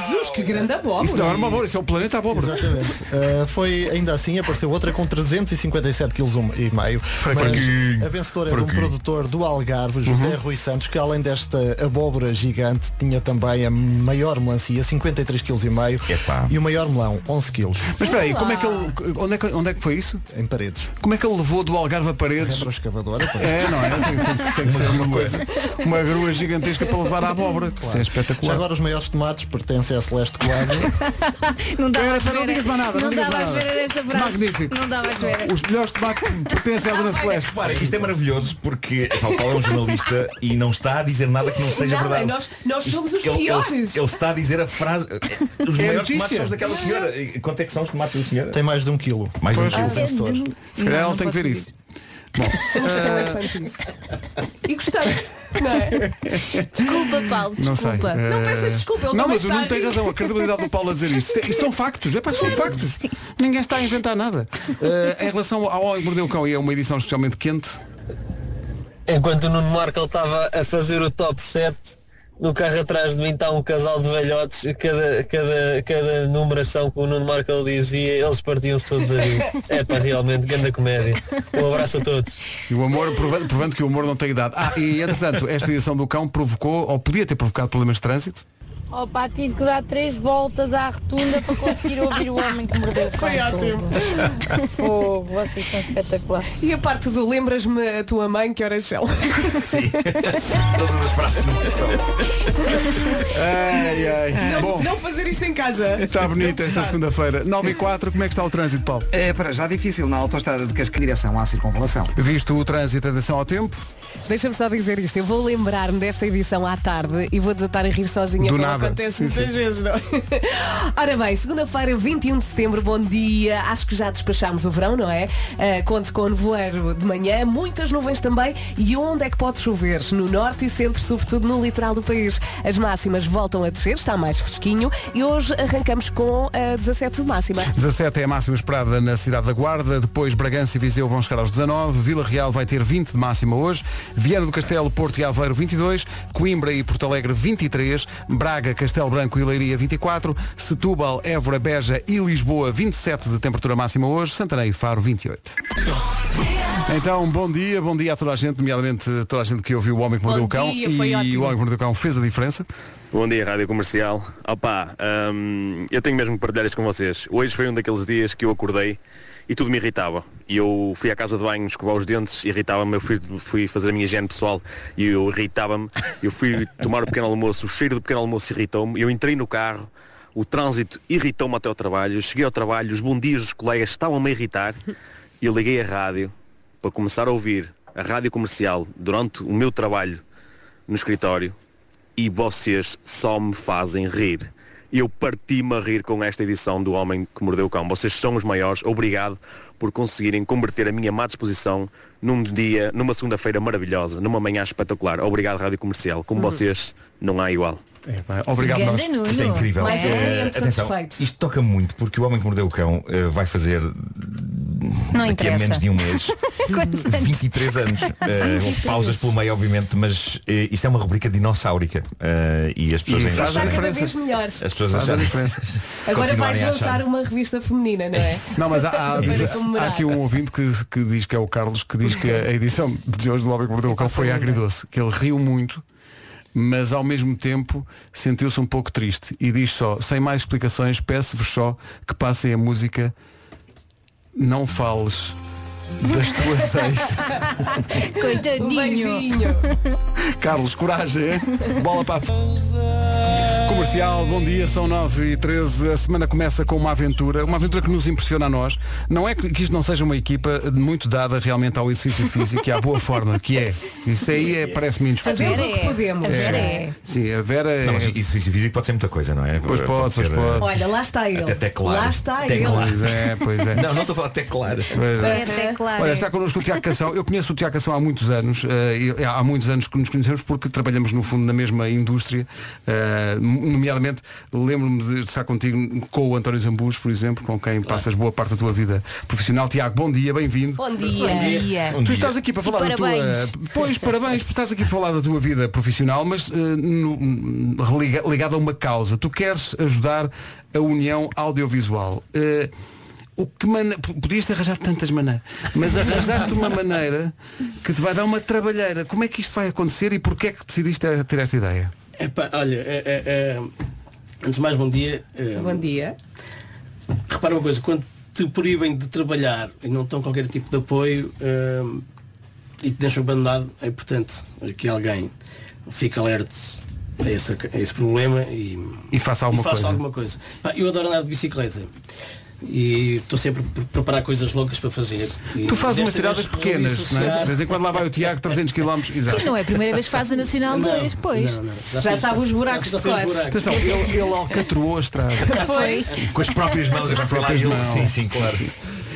Speaker 3: Jesus, que grande abóbora.
Speaker 1: Isso não era uma abóbora, isso é o planeta abóbora.
Speaker 13: Exatamente. Eh, foi ainda assim, apareceu outra com 357 kg e meio.
Speaker 8: Fraquinho.
Speaker 13: Mas a vencedora é de um
Speaker 8: Fraquinho.
Speaker 13: produtor do Algarve,
Speaker 1: Uhum.
Speaker 13: José Rui Santos, que além desta abóbora gigante, tinha também a maior melancia, 53 kg e meio, e o maior melão, 11 kg.
Speaker 1: Mas espera aí, como é que ele, onde, é que, onde é que foi isso?
Speaker 13: Em paredes.
Speaker 1: Como é que ele levou do Algarve a paredes?
Speaker 13: Retroescavadora. pois.
Speaker 1: É, não é? Tem, tem- tem que ser uma coisa. Uma grua gigantesca para levar à abóbora. que Isso é
Speaker 13: Já
Speaker 1: espetacular.
Speaker 13: agora os maiores tomates pertencem a Celeste Coelho.
Speaker 4: não dava a
Speaker 1: Espera, não digas mais nada, não
Speaker 4: Não
Speaker 1: digas
Speaker 4: dava a
Speaker 1: mais nada.
Speaker 4: ver essa frase.
Speaker 1: Magnífico.
Speaker 4: Não dava a ver.
Speaker 1: Os melhores tomates pertencem
Speaker 3: Ah,
Speaker 1: à Dona Celeste.
Speaker 8: Repara, isto é maravilhoso porque epá, o Paulo é um jornalista e não está a dizer nada que não seja
Speaker 3: Nada,
Speaker 8: verdade.
Speaker 3: é, nós- nós
Speaker 8: Isto-
Speaker 3: somos os
Speaker 8: ele,
Speaker 3: piores. Ah.
Speaker 8: Ele, ele está a dizer a frase. eh, Os
Speaker 1: É
Speaker 8: maiores
Speaker 1: notícia.
Speaker 8: tomates são os daquela senhora. E Quanto é que são os tomates da senhora?
Speaker 13: Tem mais de um quilo.
Speaker 8: Mais de um
Speaker 13: Pois,
Speaker 8: quilo.
Speaker 13: o
Speaker 3: é
Speaker 13: vencedor.
Speaker 1: Se calhar ela
Speaker 13: Não,
Speaker 1: tem que
Speaker 13: não
Speaker 1: ver
Speaker 13: pode
Speaker 1: isso. Bom, eh,
Speaker 3: Somos tão infantis. E gostei. Não, é?
Speaker 4: Desculpa, Paulo.
Speaker 1: não sei.
Speaker 4: Desculpa.
Speaker 1: Eh,
Speaker 3: peças desculpa, ele
Speaker 1: Não,
Speaker 3: também
Speaker 1: mas o
Speaker 3: está
Speaker 1: Nuno tem
Speaker 3: aqui.
Speaker 1: razão, a credibilidade do Paulo a dizer isto. Isto são factos, é para são factos. Ninguém está a inventar nada. Eh, em relação ao Homem que Mordeu o Cão, e é uma edição especialmente quente,
Speaker 14: Enquanto o Nuno Marco ele estava a fazer o top 7, no carro atrás de mim está um casal de velhotes, cada, cada, cada numeração que o Nuno Marco ele dizia, eles partiam-se todos a rir. É para realmente grande comédia. Um abraço a todos.
Speaker 1: E o amor, provando, provando que o amor não tem idade. Ah, e entretanto, esta edição do cão provocou, ou podia ter provocado problemas de trânsito.
Speaker 6: Opa, tive que dar três voltas à rotunda para conseguir ouvir o homem que mordeu o cão. Foi ótimo. Oh, vocês são espetaculares.
Speaker 3: E a parte do lembras-me a tua mãe que horas são?
Speaker 1: é
Speaker 8: Todas as frases numa só.
Speaker 1: Ai, ai.
Speaker 3: Não,
Speaker 1: Bom,
Speaker 3: não fazer isto em casa.
Speaker 8: Tá
Speaker 1: está bonita Tá esta segunda-feira. 9 e 4, como é que está o trânsito, Paulo?
Speaker 2: É para já difícil na autoestrada de Casca em direção à circunvalação.
Speaker 1: Visto o trânsito, atenção ao tempo.
Speaker 3: Deixa-me só dizer isto. Eu vou lembrar-me desta edição à tarde e vou desatar a rir sozinha,
Speaker 1: Do
Speaker 3: como
Speaker 1: nada.
Speaker 3: acontece
Speaker 1: Sim,
Speaker 3: muitas
Speaker 1: sim.
Speaker 3: vezes, não? é? Ora bem, segunda-feira, 21 de setembro, bom dia. Acho que já despachámos o verão, não é? Ah, conto com nevoeiro de manhã, muitas nuvens também. E onde é que pode chover? No norte e centro, sobretudo no litoral do país. As máximas voltam a descer, está mais fresquinho. E hoje arrancamos com ah, 17 de máxima.
Speaker 1: 17 é a máxima esperada na cidade da Guarda, depois Bragança e Viseu vão chegar aos 19, Vila Real vai ter 20 de máxima hoje, Viana do Castelo, Porto e Aveiro 22, Coimbra e Porto Alegre 23, Braga, Castelo Branco e Leiria 24, Setúbal, Évora, Beja e Lisboa 27 de temperatura máxima hoje, Santarém e Faro 28. Então, bom dia, bom dia a toda a gente, nomeadamente toda a gente que ouviu O Homem que Mordeu
Speaker 3: Bom
Speaker 1: o Cão
Speaker 3: dia,
Speaker 1: e
Speaker 3: foi
Speaker 1: O
Speaker 3: ótimo.
Speaker 1: Homem que Mordeu o Cão fez a diferença.
Speaker 15: Bom dia, Rádio Comercial. Opa, hum, eu tenho mesmo que partilhar isto com vocês. Hoje foi um daqueles dias que eu acordei e tudo me irritava. E eu fui à casa de banho escovar os dentes, irritava-me, eu fui, fui fazer a minha higiene pessoal e eu irritava-me. Eu fui tomar o pequeno almoço, o cheiro do pequeno almoço irritou-me. Eu entrei no carro, o trânsito irritou-me até ao trabalho. Eu cheguei ao trabalho, os bons dias dos colegas estavam-me a irritar e eu liguei a rádio para começar a ouvir a rádio comercial durante o meu trabalho no escritório e vocês só me fazem rir. Eu parti-me a rir com esta edição do Homem que Mordeu o Cão. Vocês são os maiores. Obrigado por conseguirem converter a minha má disposição num dia, numa segunda-feira maravilhosa, numa manhã espetacular. Obrigado, Rádio Comercial. Como vocês, não há igual.
Speaker 1: Obrigado,
Speaker 4: Ganda
Speaker 1: nós.
Speaker 4: Nuno.
Speaker 8: Isto é incrível.
Speaker 3: Mais um
Speaker 8: Eh,
Speaker 3: cliente
Speaker 8: atenção,
Speaker 3: satisfeito.
Speaker 8: isto toca muito porque o homem que mordeu o cão eh, vai fazer
Speaker 4: Não
Speaker 8: daqui a
Speaker 4: interessa.
Speaker 8: menos de um mês
Speaker 4: Quantos anos?
Speaker 8: 23 anos. Eh, houve pausas pelo meio, obviamente, mas eh, isto é uma rubrica dinossáurica. Eh, e as pessoas
Speaker 1: E
Speaker 8: ainda
Speaker 1: faz a
Speaker 3: Está
Speaker 8: acham-
Speaker 3: cada
Speaker 1: diferença.
Speaker 3: vez melhor.
Speaker 8: As pessoas
Speaker 1: Faz a
Speaker 8: acham-
Speaker 1: diferença.
Speaker 3: Agora
Speaker 8: continuarem
Speaker 3: vais
Speaker 8: a achar-
Speaker 3: lançar uma revista feminina, não é?
Speaker 1: Não, mas há, há-
Speaker 3: Para
Speaker 1: há
Speaker 3: comemorar.
Speaker 1: aqui um ouvinte que, que diz que é o Carlos, que diz que a edição de hoje do Homem que Mordeu o Cão foi agridoce, que ele riu muito, mas ao mesmo tempo sentiu-se um pouco triste e diz só, sem mais explicações, peço-vos só que passem a música Não Fales das tuas ex.
Speaker 3: Um
Speaker 4: Coitadinho.
Speaker 3: beijinho.
Speaker 1: Carlos, coragem, hein? bola para a f... Como Comercial, bom dia, são 9 e 13 A semana começa com uma aventura, uma aventura que nos impressiona a nós. Não é que que isto não seja uma equipa muito dada realmente ao exercício físico e à boa forma, que é. Isso aí é, parece-me indiscutível. É.
Speaker 3: Fazemos o que podemos.
Speaker 1: Sim, a Vera é.
Speaker 8: Não, mas isso, isso físico pode ser muita coisa, não é?
Speaker 1: Pois pode, pois
Speaker 8: ser,
Speaker 1: pode.
Speaker 8: eh,
Speaker 3: Olha, lá está ele.
Speaker 8: Até teclado.
Speaker 3: Lá está ele.
Speaker 8: Teclado.
Speaker 1: Pois é, pois é.
Speaker 8: Não, não estou a falar de teclado.
Speaker 1: Pois é.
Speaker 3: Até claro.
Speaker 1: Olha, está connosco o Tiago Cação. Eu conheço o Tiago Cação há muitos anos. eh, e há muitos anos que nos conhecemos porque trabalhamos, no fundo, na mesma indústria. eh, nomeadamente, lembro-me de estar contigo com o António Zambus, por exemplo, com quem passas boa parte da tua vida profissional. Tiago, bom dia, bem-vindo.
Speaker 3: Bom dia.
Speaker 4: Bom dia.
Speaker 1: Tu estás aqui para
Speaker 4: E
Speaker 1: falar da tua.
Speaker 4: parabéns.
Speaker 1: Pois, parabéns, porque estás aqui para falar da tua vida profissional, mas eh, no- religa- ligada a uma causa. Tu queres ajudar a União Audiovisual. Eh, o que mana... p- Podias ter arranjado tantas maneiras, mas arranjaste uma maneira que te vai dar uma trabalheira. Como é que isto vai acontecer e porquê é que decidiste a- ter esta ideia?
Speaker 16: Epá, olha, é- é- é, antes de mais, bom dia. Eh,
Speaker 3: Bom dia.
Speaker 16: Repara uma coisa, quando te proíbem de trabalhar e não estão qualquer tipo de apoio eh, e te deixam abandonado, é importante que alguém fique alerta a esse, a esse problema e,
Speaker 1: E faça alguma
Speaker 16: e faça
Speaker 1: coisa.
Speaker 16: alguma coisa. Pá, eu adoro andar de bicicleta e estou sempre a preparar coisas loucas para fazer. E
Speaker 1: tu fazes umas
Speaker 16: desta vez
Speaker 1: tiradas
Speaker 16: resolvi
Speaker 1: pequenas, não é?
Speaker 16: associar-
Speaker 1: De vez em quando lá vai o Tiago, 300 km. Exato.
Speaker 4: Sim, não é a primeira vez que faz a Nacional 2, pois.
Speaker 16: não, não.
Speaker 3: Já Já sabe os buracos de cor.
Speaker 1: Atenção, ele, ele alcatroou a estrada.
Speaker 3: Foi.
Speaker 8: Com as próprias mãos,
Speaker 1: Com as
Speaker 8: eu fui lá
Speaker 1: próprias
Speaker 8: e ele-
Speaker 1: mãos.
Speaker 8: Sim, sim, claro.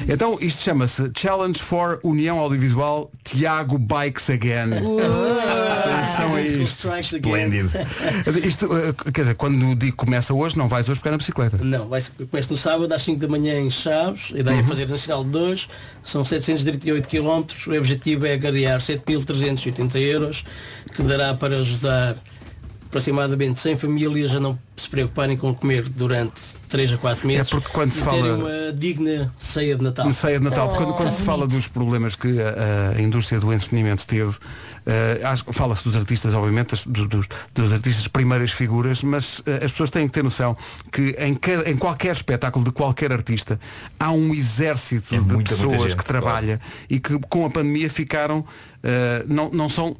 Speaker 1: Então isto chama-se Challenge for União Audiovisual Tiago Bikes Again.
Speaker 16: Ah,
Speaker 1: Atenção a isto.
Speaker 8: Esplêndido.
Speaker 1: Isto, eh, quer dizer, quando o dia começa hoje, não vais hoje pegar na bicicleta.
Speaker 16: Não, vai começa no sábado às 5 da manhã em Chaves, a ideia é
Speaker 1: Uhum.
Speaker 16: fazer Nacional 2, são 738 km, o objetivo é agariar 7.380 euros, que dará para ajudar aproximadamente 100 famílias a não se preocuparem com comer durante 3 a 4 meses
Speaker 1: É porque quando se
Speaker 16: e terem
Speaker 1: fala-
Speaker 16: uma digna ceia de Natal.
Speaker 1: Na ceia de Natal, porque
Speaker 8: Tá
Speaker 1: quando, quando se fala um dos problemas que a, a indústria do entretenimento teve, eh, acho que fala-se dos artistas, obviamente, das- do- dos, dos artistas primeiras figuras, mas eh, as pessoas têm que ter noção que em, cada- em qualquer espetáculo de qualquer artista há um exército de
Speaker 8: É muita, muita
Speaker 1: pessoas
Speaker 8: gente,
Speaker 1: que trabalha e que com a pandemia ficaram, eh, não, não são.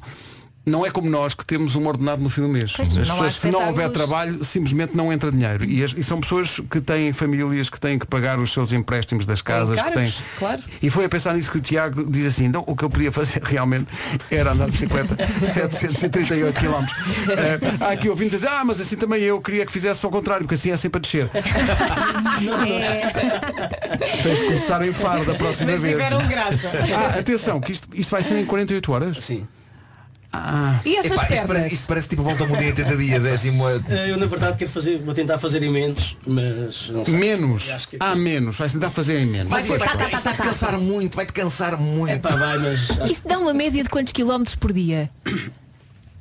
Speaker 1: Não é como nós que temos um ordenado no fim do mês.
Speaker 8: Pois,
Speaker 1: As
Speaker 8: não há
Speaker 1: pessoas, se não houver
Speaker 8: espetáculos.
Speaker 1: trabalho, simplesmente não entra dinheiro. E, as- e são pessoas que têm famílias, que têm que pagar os seus empréstimos das casas, que têm,
Speaker 3: Encargos, claro.
Speaker 1: e foi a pensar nisso que o Tiago diz assim, então o que eu podia fazer realmente era andar de bicicleta 738 km. há aqui ouvintes a dizer, ah, mas assim também eu queria que fizesse ao contrário, porque assim é sempre a descer. Tens de começar em farda a próxima
Speaker 3: Mas
Speaker 1: vez.
Speaker 3: tiveram graça.
Speaker 1: Ah, atenção, que isto, isto vai ser em 48 horas?
Speaker 16: Sim.
Speaker 1: Ah.
Speaker 3: E essas
Speaker 8: Epá, isto
Speaker 3: pernas?
Speaker 8: parece, isto parece tipo volta ao mundo em 80 dias. É assim uma.
Speaker 16: Eh, Eu na verdade quero fazer, vou tentar fazer em menos, mas não sei.
Speaker 1: Menos.
Speaker 16: Eu acho que-
Speaker 8: Ah,
Speaker 1: Há menos. Vais tentar fazer em menos.
Speaker 8: Mas
Speaker 3: Tá,
Speaker 8: isto vai- isto vai te cansar muito, vai te cansar muito.
Speaker 16: Epá, vai, mas acho que
Speaker 4: Isso dá uma média de quantos quilómetros por dia?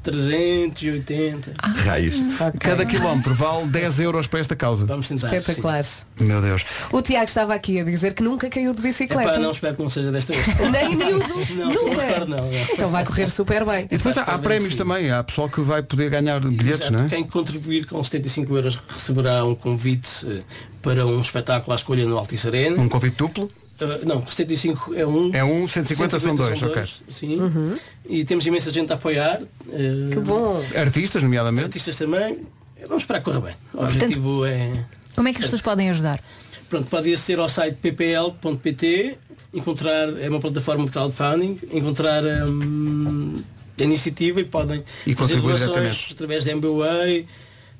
Speaker 16: 380.
Speaker 8: Raios.
Speaker 1: Cada quilómetro vale 10 euros para esta causa.
Speaker 16: Vamos tentar.
Speaker 3: Espetacular.
Speaker 1: Meu Deus.
Speaker 3: O Tiago estava aqui a dizer que nunca caiu de bicicleta.
Speaker 16: Epá, É não, espero que não seja desta vez.
Speaker 3: Nem miúdo.
Speaker 16: Não,
Speaker 3: nunca.
Speaker 16: claro, não, não.
Speaker 3: Então vai correr super bem.
Speaker 1: E depois há, há prémios também. Há pessoal que vai poder ganhar bilhetes,
Speaker 16: Exato.
Speaker 1: não é?
Speaker 16: Quem contribuir com 75 euros receberá um convite eh, para um espetáculo à escolha no Altice Arena.
Speaker 1: Um convite duplo?
Speaker 16: Eh, não, 75 é um.
Speaker 1: É um, 150 são dois,
Speaker 16: Sim. E temos imensa gente a apoiar. que
Speaker 3: bom.
Speaker 1: Artistas, nomeadamente.
Speaker 16: Artistas também. Vamos esperar que corra bem. O objetivo é.
Speaker 4: Como é que as pessoas podem ajudar?
Speaker 16: Pronto, pode aceder ao site ppl.pt, encontrar, é uma plataforma de crowdfunding, encontrar hum, a iniciativa e podem
Speaker 1: E
Speaker 16: fazer
Speaker 1: contribuir
Speaker 16: doações
Speaker 1: diretamente.
Speaker 16: através da MBWay,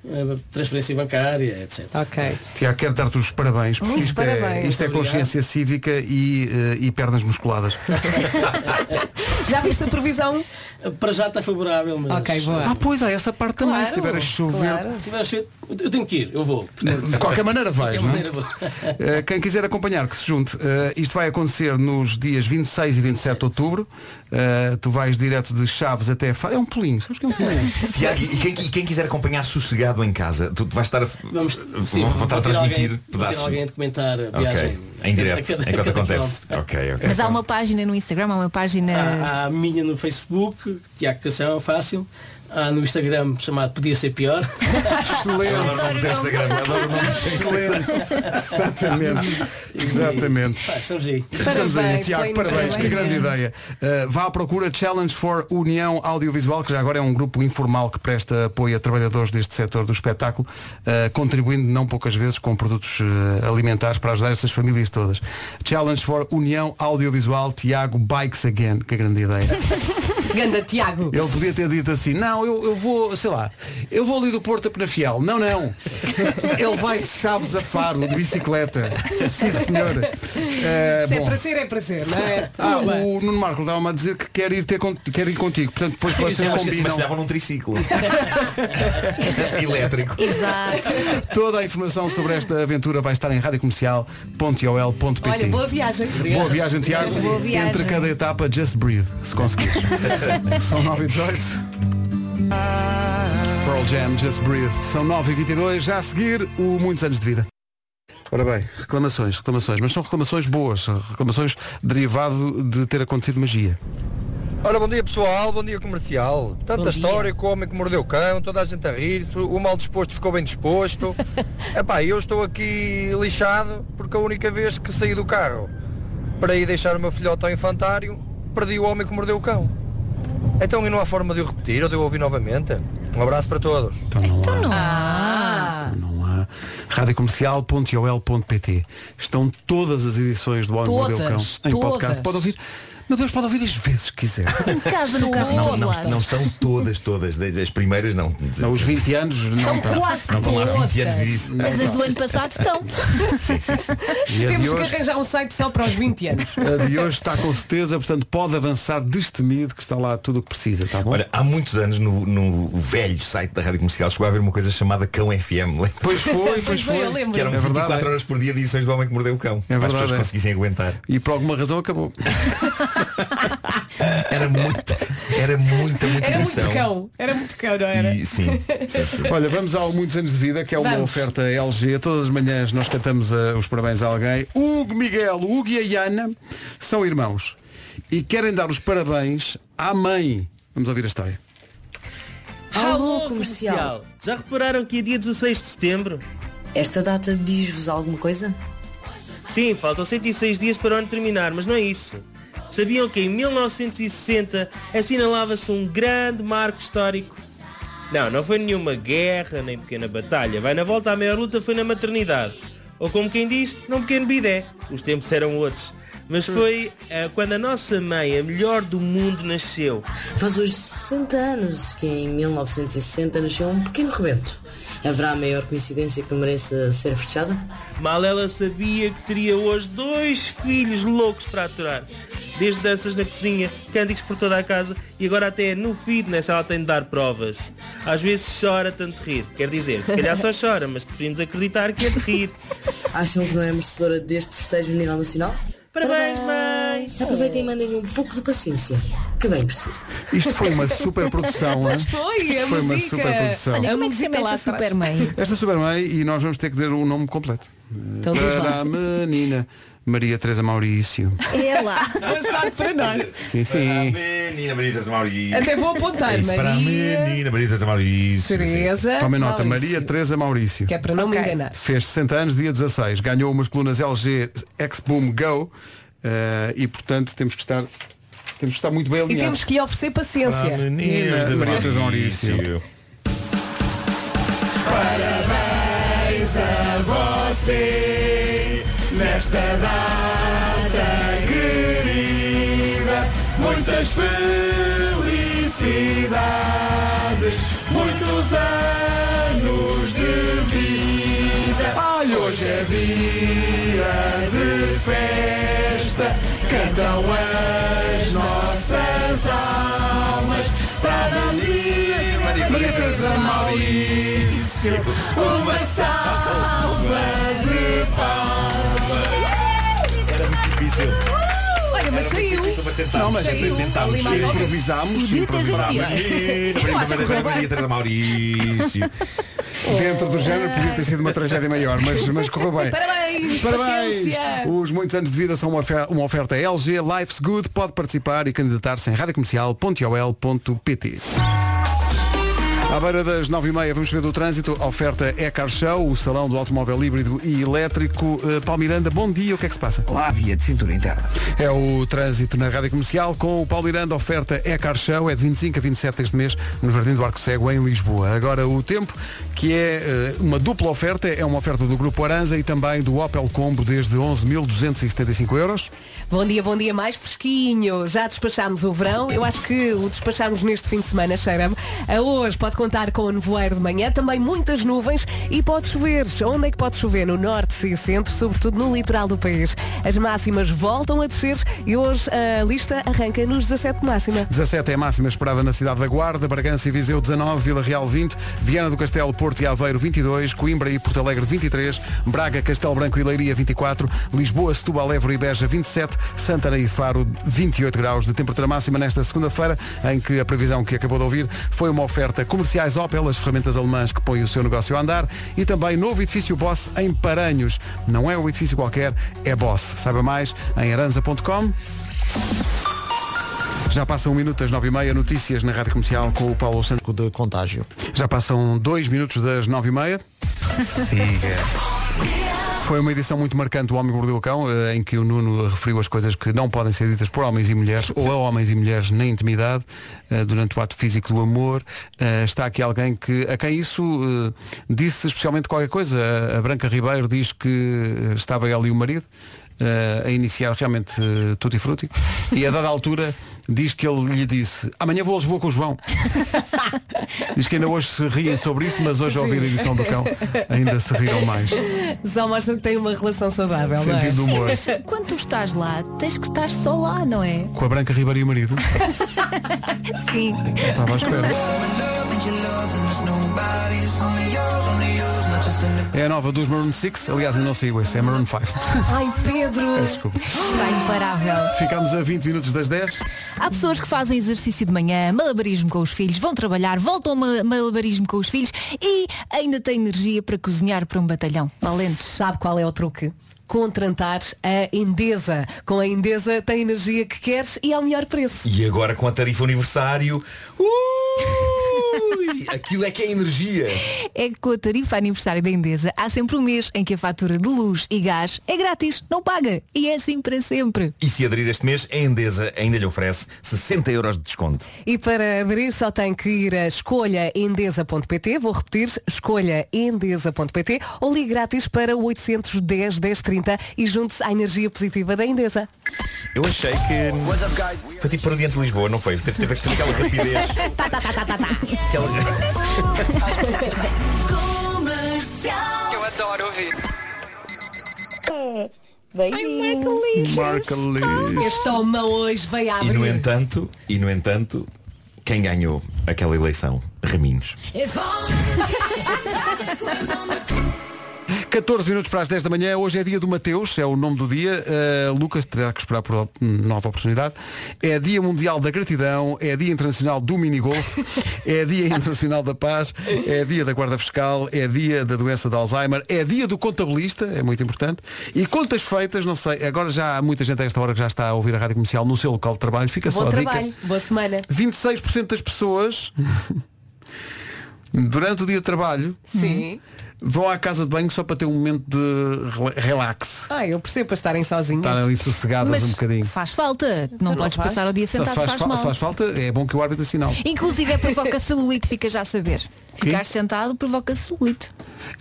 Speaker 16: eh, transferência bancária, etc.
Speaker 3: Ok.
Speaker 1: Tiago, quero dar-te os parabéns, porque
Speaker 3: Muitos
Speaker 1: isto, É,
Speaker 3: parabéns.
Speaker 1: isto é consciência cívica e, eh, e pernas musculadas.
Speaker 3: Já viste a previsão?
Speaker 16: Para já está favorável, mas.
Speaker 3: Ok, boa.
Speaker 1: Ah, pois há essa parte também,
Speaker 3: Claro,
Speaker 1: se tiver a chover.
Speaker 3: claro.
Speaker 16: Se tiver a chover, eu tenho que ir, eu vou.
Speaker 1: De qualquer maneira vais,
Speaker 16: De
Speaker 1: não é?
Speaker 16: maneira vou.
Speaker 1: Eh, Quem quiser acompanhar, que se junte. Eh, isto vai acontecer nos dias 26 e 27 de outubro. Eh, tu vais direto de Chaves até Faro. É um pulinho, sabes que é um pulinho?
Speaker 8: Tiago, e quem, e quem quiser acompanhar sossegado em casa, tu vais estar a, eh,
Speaker 16: Vamos, sim,
Speaker 8: vou, vou estar a
Speaker 16: ter
Speaker 8: transmitir
Speaker 16: alguém, vou ter
Speaker 8: pedaços.
Speaker 16: alguém a documentar a viagem.
Speaker 8: Ok. Em direto,
Speaker 16: A cada-
Speaker 8: enquanto
Speaker 16: a cada
Speaker 8: acontece. Ok, ok.
Speaker 4: Mas há uma página no Instagram, há uma página.
Speaker 16: Há há a minha no Facebook, Tiago Cação, é fácil. ah, no Instagram chamado Podia Ser Pior.
Speaker 1: Excelente. Exatamente. Exatamente.
Speaker 16: Pá, estamos aí.
Speaker 1: Estamos aí, Tiago, parabéns, que grande ideia. Uh, vá à procura Challenge for União Audiovisual, que já agora é um grupo informal que presta apoio a trabalhadores deste setor do espetáculo, uh, contribuindo não poucas vezes com produtos uh, alimentares para ajudar essas famílias todas. Challenge for União Audiovisual, Tiago Bikes Again, que grande ideia.
Speaker 3: Ganda Tiago.
Speaker 1: Ele podia ter dito assim, não, eu, eu vou, sei lá, eu vou ali do Porto a Penafiel. Não, não. Ele vai de Chaves a Faro, de bicicleta. Sim, senhor. Eh,
Speaker 3: Se é
Speaker 1: bom.
Speaker 3: para ser, é para ser, não é?
Speaker 1: Ah,
Speaker 3: Tudo bem.
Speaker 1: o Nuno Marco estava-me a dizer que quer ir, ter con- quer ir contigo. Portanto, depois vocês
Speaker 8: mas,
Speaker 1: combinam.
Speaker 8: mas davam num triciclo elétrico.
Speaker 1: Toda a informação sobre esta aventura vai estar em radiocomercial.ol.pt
Speaker 3: Olha, boa viagem.
Speaker 1: Boa viagem, Tiago.
Speaker 3: Boa viagem.
Speaker 1: Entre cada etapa, just breathe, se conseguires. São 9 e 18. Pearl Jam, just breathe. São 9 e 22. Já a seguir, o Muitos Anos de Vida. Ora bem, reclamações, reclamações, mas são reclamações boas, reclamações derivado de ter acontecido magia.
Speaker 17: Ora, bom dia pessoal, bom dia comercial. Tanta
Speaker 1: dia.
Speaker 17: história com o homem que mordeu o cão, toda a gente a rir-se, o mal disposto ficou bem disposto. Epá, eu estou aqui lixado porque a única vez que saí do carro para ir deixar o meu filhote ao infantário, perdi o homem que mordeu o cão. Então e não há forma de eu repetir ou de eu ouvir novamente? Um abraço para todos.
Speaker 1: Então não
Speaker 3: Ah.
Speaker 1: há. Não há. Radiocomercial.ol.pt Estão todas as edições do Homem que Mordeu o Cão
Speaker 7: Todas,
Speaker 1: em
Speaker 7: todas.
Speaker 1: podcast. Pode ouvir. Meu Deus, pode ouvir as vezes que quiser.
Speaker 4: Em casa, no carro, em
Speaker 8: Não,
Speaker 4: todo
Speaker 8: não,
Speaker 4: lado.
Speaker 8: não estão todas, todas. Desde as primeiras não.
Speaker 1: Não, os 20 anos não
Speaker 4: Estão
Speaker 8: estão.
Speaker 4: quase
Speaker 8: Não estão lá 20
Speaker 4: todas.
Speaker 8: anos disso.
Speaker 4: Mas as do ano passado estão.
Speaker 1: E a de
Speaker 3: Temos que
Speaker 1: hoje?
Speaker 3: arranjar um site só para os 20 anos.
Speaker 1: A de hoje está com certeza, portanto pode avançar destemido que está lá tudo o que precisa, tá bom?
Speaker 8: Olha, há muitos anos no, no velho site da Rádio Comercial chegou a haver uma coisa chamada Cão FM. lembra?
Speaker 1: Pois foi, pois foi, eu lembro.
Speaker 8: Que um eram
Speaker 1: É verdade,
Speaker 8: 24 horas por dia de edições do Homem que Mordeu o Cão.
Speaker 1: É
Speaker 8: para as
Speaker 1: verdade,
Speaker 8: pessoas
Speaker 1: é.
Speaker 8: conseguissem aguentar.
Speaker 1: E por alguma razão acabou.
Speaker 8: era muita, era muita, muita
Speaker 3: Era
Speaker 8: edição.
Speaker 3: muito cão. Era muito cão, não era?
Speaker 8: E- sim.
Speaker 1: Olha, vamos ao Muitos Anos de Vida, que é uma
Speaker 3: Vamos.
Speaker 1: oferta LG. Todas as manhãs nós cantamos eh, os parabéns a alguém. Hugo Miguel, Hugo e a Ana são irmãos e querem dar os parabéns à mãe. Vamos ouvir a história.
Speaker 18: Alô um comercial. Já repararam que é dia 16 de setembro? Esta data diz-vos alguma coisa? Sim, faltam 106 dias para o ano terminar, mas não é isso. Sabiam que em 1960 assinalava-se um grande marco histórico? Não, não foi nenhuma guerra nem pequena batalha. Vai na volta, a maior luta foi na maternidade. Ou como quem diz, num pequeno bidé. Os tempos eram outros. Mas foi eh, quando a nossa mãe, a melhor do mundo, nasceu.
Speaker 19: Faz hoje 60 anos que em 1960 nasceu um pequeno rebento. Haverá maior coincidência que mereça ser fechada?
Speaker 18: Mal ela sabia que teria hoje dois filhos loucos para aturar. Desde danças na cozinha, cânticos por toda a casa e agora até no fitness ela tem de dar provas. Às vezes chora tanto rir. Quer dizer, se calhar só chora, mas preferimos acreditar que é de rir.
Speaker 19: Acham que não é merecedora deste festejo a nível nacional?
Speaker 18: Parabéns,
Speaker 19: mãe! Aproveitem e mandem-lhe um pouco de paciência, que bem precisa.
Speaker 1: Isto foi uma super produção,
Speaker 19: Pois
Speaker 3: foi, a
Speaker 1: Foi uma
Speaker 3: música.
Speaker 1: super produção.
Speaker 4: Olha,
Speaker 1: A
Speaker 4: como é que se chama
Speaker 3: música lá
Speaker 4: esta
Speaker 3: atrás.
Speaker 4: Superman?
Speaker 1: Esta Superman e nós vamos ter que dizer o nome completo.
Speaker 4: Então diz lá.
Speaker 1: Para a menina Maria Teresa Maurício.
Speaker 4: É lá.
Speaker 3: para nós.
Speaker 1: Sim, sim.
Speaker 8: Menina Maritas de Maurício.
Speaker 3: Até vou apontar,
Speaker 8: É isso, para a
Speaker 3: Maria
Speaker 8: menina Maritas de Maurício.
Speaker 3: Teresa
Speaker 1: Tomem nota,
Speaker 3: Maurício.
Speaker 1: Maria Teresa Maurício.
Speaker 3: Que é para não me enganar.
Speaker 1: Fez 60 anos, dia 16. Ganhou umas colunas LG X-Boom Go. eh, e portanto temos que estar. Temos que estar muito bem
Speaker 3: E
Speaker 1: alinhados.
Speaker 3: temos que lhe oferecer paciência.
Speaker 1: Ah, menina de Maria Teresa Maurício.
Speaker 7: Parabéns a você nesta data querida. Muitas felicidades, muitos anos de vida. Ai, hoje é dia de festa. Cantam as nossas almas para a minha Maria Teresa Maurício. Uma salva de palmas.
Speaker 8: Difícil.
Speaker 3: Olha, mas saiu.
Speaker 1: Não, mas
Speaker 3: saiu.
Speaker 1: tentámos,
Speaker 3: Ali mais ou menos.
Speaker 1: improvisámos, improvisámos.
Speaker 3: Eu acho que correu bem.
Speaker 8: Teresa Maurício.
Speaker 1: Dentro do género podia ter sido uma tragédia maior, mas, mas correu bem.
Speaker 3: Parabéns,
Speaker 1: Parabéns!
Speaker 3: paciência.
Speaker 1: Os muitos anos de vida são uma, ofer- uma oferta LG Life's Good. Pode participar e candidatar-se em radiocomercial.ol.pt À beira das 9h30 vamos saber do trânsito. Oferta é Car Show, o salão do automóvel híbrido e elétrico. Uh, Palmiranda, bom dia, o que é que se passa?
Speaker 2: Lá havia de cintura interna.
Speaker 1: É o trânsito na rádio comercial com o Palmiranda. Oferta é Car Show, é de 25 a 27 deste mês no Jardim do Arco Cego, em Lisboa. Agora o tempo, que é uh, uma dupla oferta, é uma oferta do Grupo Aranza e também do Opel Combo desde 11.275 euros.
Speaker 3: Bom dia, bom dia, mais fresquinho. Já despachámos o verão. Eu acho que o despachámos neste fim de semana, cheira-me. A hoje pode contar com o nevoeiro de manhã, também muitas nuvens e pode chover. Onde é que pode chover? No norte e centro, sobretudo no litoral do país. As máximas voltam a descer e hoje a lista arranca nos 17 de máxima.
Speaker 1: 17 é a máxima esperada na cidade da Guarda, Bragança e Viseu 19, Vila Real 20, Viana do Castelo, Porto e Aveiro 22, Coimbra e Porto Alegre 23, Braga, Castelo Branco e Leiria 24, Lisboa, Setúbal, Évora e Beja 27, Santana e Faro 28 graus de temperatura máxima nesta segunda-feira, em que a previsão que acabou de ouvir foi uma oferta comerciais Opel, as ferramentas alemãs que põem o seu negócio a andar e também novo edifício Boss em Paranhos. Não é um edifício qualquer, é Boss. Saiba mais em aranza.com. Já passam um minuto das 9h30, notícias na Rádio Comercial com o Paulo Santos
Speaker 13: de Contágio.
Speaker 1: Já passam dois minutos das 9h30. Siga. Foi uma edição muito marcante do Homem que Mordeu o Cão, eh, em que o Nuno referiu as coisas que não podem ser ditas por homens e mulheres, ou a homens e mulheres na intimidade, eh, durante o ato físico do amor. Eh, Está aqui alguém que, a quem isso eh, disse especialmente qualquer coisa. A- A Branca Ribeiro diz que eh, estava ela e o marido eh, a iniciar realmente eh, tutti frutti e a dada altura diz que ele lhe disse amanhã vou a Lisboa com o João diz que ainda hoje se riem sobre isso mas hoje ao ouvir a edição do cão ainda se riram mais
Speaker 3: Só mostra que tem uma relação saudável. não é?
Speaker 1: Sentido do humor.
Speaker 4: Mas quando tu estás lá, tens que estar só lá, não é?
Speaker 1: Com a Branca Ribeiro e o marido?
Speaker 4: Sim.
Speaker 1: Estava à espera. É a nova dos Maroon 6, aliás eu não sigo esse, é Maroon 5.
Speaker 4: Ai, Pedro!
Speaker 1: Desculpa.
Speaker 4: Está imparável.
Speaker 1: Ficámos a 20 minutos das 10.
Speaker 4: Há pessoas que fazem exercício de manhã, malabarismo com os filhos, vão trabalhar, voltam a ma- malabarismo com os filhos e ainda têm energia para cozinhar para um batalhão. Valente.
Speaker 3: Sabe qual é o truque? Contratar a Endesa. Com a Endesa tem a energia que queres e ao melhor preço.
Speaker 8: E agora com a tarifa aniversário. Ui, aquilo é que é energia.
Speaker 4: É que com a tarifa aniversário da Endesa há sempre um mês em que a fatura de luz e gás é grátis, não paga. E é assim para sempre.
Speaker 8: E se aderir este mês, a Endesa ainda lhe oferece 60 euros de desconto.
Speaker 3: E para aderir só tem que ir a escolhaendesa.pt, vou repetir, escolhaendesa.pt ou ligue grátis para o 810 1030 e junte-se à energia positiva da Endesa.
Speaker 8: Eu achei que. Foi tipo para o Diante de Lisboa, não foi? Teve, teve aquela rapidez.
Speaker 4: tá, tá, tá, tá, tá.
Speaker 8: Aquela...
Speaker 7: Eu adoro ouvir.
Speaker 3: Beijinho.
Speaker 4: é
Speaker 8: Marca Lixo.
Speaker 3: Este homem hoje veio a
Speaker 8: E é? no
Speaker 3: abrir.
Speaker 8: entanto, e no entanto, quem ganhou aquela eleição? Raminhos.
Speaker 1: 14 minutos para as 10 da manhã, hoje é dia do Mateus, é o nome do dia. Uh, Lucas terá que esperar por op- nova oportunidade. É dia mundial da gratidão, é dia internacional do minigolf, é dia internacional da paz, é dia da guarda fiscal, é dia da doença de Alzheimer, é dia do contabilista, é muito importante. E contas feitas, não sei, agora já há muita gente a esta hora que já está a ouvir a rádio comercial no seu local de trabalho, fica só
Speaker 3: Bom
Speaker 1: a
Speaker 3: trabalho,
Speaker 1: dica.
Speaker 3: boa semana.
Speaker 1: 26% das pessoas durante o dia de trabalho
Speaker 3: Sim.
Speaker 1: vão à casa de banho só para ter um momento de rela- relax.
Speaker 3: Ah, eu percebo para estarem sozinhos.
Speaker 1: Estar ali sossegadas
Speaker 4: Mas
Speaker 1: um bocadinho.
Speaker 4: faz falta. Não,
Speaker 3: Então Não
Speaker 4: podes
Speaker 3: faz.
Speaker 4: passar o dia
Speaker 1: Só
Speaker 4: sentado,
Speaker 1: se faz,
Speaker 4: faz
Speaker 1: fa-
Speaker 4: mal.
Speaker 1: se faz falta, é bom que o árbitro assinal.
Speaker 4: Inclusive é provoca celulite, fica já a saber. Ficar sentado provoca celulite.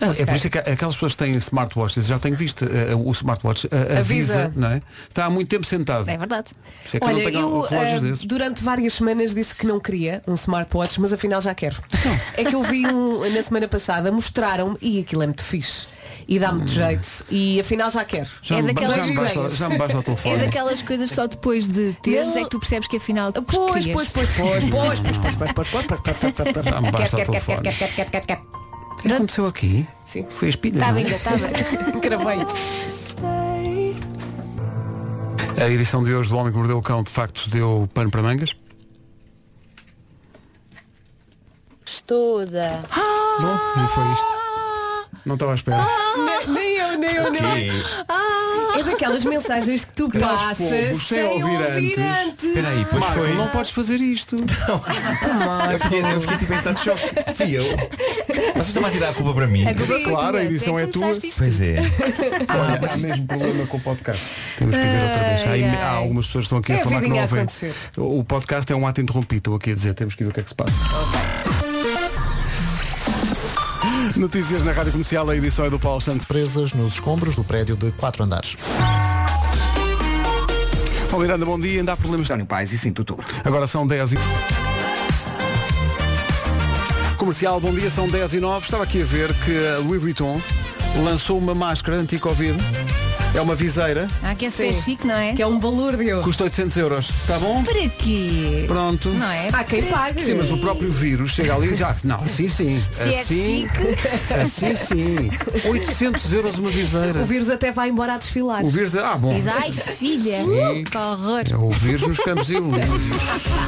Speaker 1: É por isso que aquelas pessoas que têm smartwatches, já tenho visto eh, o smartwatch, eh, avisa,
Speaker 3: Avisa.
Speaker 1: não é? Está há muito tempo sentado.
Speaker 4: É verdade.
Speaker 1: Se é que eu
Speaker 3: Olha,
Speaker 1: não tenho
Speaker 3: eu
Speaker 1: relógios
Speaker 3: ah,
Speaker 1: desses.
Speaker 3: durante várias semanas disse que não queria um smartwatch, mas afinal já quero. É que eu vi um na semana passada, mostraram-me e aquilo é muito fixe. E dá muito jeito. E afinal já quero.
Speaker 1: Já
Speaker 4: é
Speaker 1: me ba-
Speaker 4: daquelas
Speaker 1: já me basta- já me basta o telefone.
Speaker 4: É daquelas coisas só depois de teres
Speaker 3: Não.
Speaker 4: é que tu percebes que afinal tu
Speaker 3: Pois,
Speaker 4: querias.
Speaker 3: pois, pois, pois, pois, pois, pois, pois, pois, pois, pois, pois, pois, pois.
Speaker 1: Já me
Speaker 3: Quer, quer,
Speaker 1: basta o
Speaker 3: quer,
Speaker 1: telefone.
Speaker 3: quer, quer, quer, quer, quer, quer.
Speaker 1: O que aconteceu aqui? Foi as
Speaker 3: Tá
Speaker 1: pilhas.
Speaker 4: Estava
Speaker 1: não é?
Speaker 4: ainda, estava.
Speaker 3: Gravei.
Speaker 1: A edição de hoje do Homem que Mordeu o Cão de facto deu pano para mangas.
Speaker 9: Estuda.
Speaker 7: Ah!
Speaker 1: Bom, e foi isto. Não estava à espera.
Speaker 3: Nem eu, nem eu, nem eu.
Speaker 1: Ok.
Speaker 3: Ah, É daquelas mensagens que tu
Speaker 7: Nós
Speaker 3: passas
Speaker 7: povos, sem ouvir antes.
Speaker 3: antes.
Speaker 7: Espera aí,
Speaker 1: Pois foi. não podes fazer isto.
Speaker 8: Eu fiquei, eu fiquei tipo em estado de choque. Fui eu. Vocês estão a tirar a culpa para mim.
Speaker 1: A culpa foi Claro, tua, a edição tu é que é tua. começaste isto
Speaker 8: Pois
Speaker 1: tudo.
Speaker 8: é.
Speaker 1: Olha,
Speaker 8: mas-
Speaker 1: há mesmo problema com o podcast. Ah, Temos que ver outra vez. Há,
Speaker 8: Ai,
Speaker 1: im-
Speaker 8: ai.
Speaker 1: há algumas pessoas que estão aqui
Speaker 7: É
Speaker 1: a
Speaker 7: a
Speaker 1: falar que não
Speaker 7: vidinha a
Speaker 1: ouvem.
Speaker 7: acontecer.
Speaker 1: O podcast é um ato interrompido, estou aqui a dizer, temos que ver o que é que se passa. Notícias na Rádio Comercial, a edição é do Paulo Santos.
Speaker 13: Presas nos escombros do prédio de quatro andares.
Speaker 1: Bom, Miranda, bom dia. Ainda há problemas. António
Speaker 2: Paz e 5 de outubro.
Speaker 1: Agora são 10 e... Comercial, bom dia, são 10 e 9. Estava aqui a ver que a Louis Vuitton lançou uma máscara anti-Covid. É uma viseira.
Speaker 4: Ah, que é super chique, não é? Que
Speaker 3: é um balúrdio.
Speaker 1: Custa 800 euros. Está bom?
Speaker 4: Para quê?
Speaker 1: Pronto.
Speaker 4: Não é?
Speaker 3: Há quem pague.
Speaker 1: Sim, mas o próprio vírus chega ali e diz, ah, não, assim sim,
Speaker 3: Se é
Speaker 1: assim,
Speaker 3: chique.
Speaker 1: assim sim, 800 euros uma viseira.
Speaker 3: O vírus até vai embora a desfilar.
Speaker 1: O vírus, ah, bom.
Speaker 4: Diz, ai filha,
Speaker 1: Sim.
Speaker 4: que horror.
Speaker 1: É o vírus nos campos ilícitos.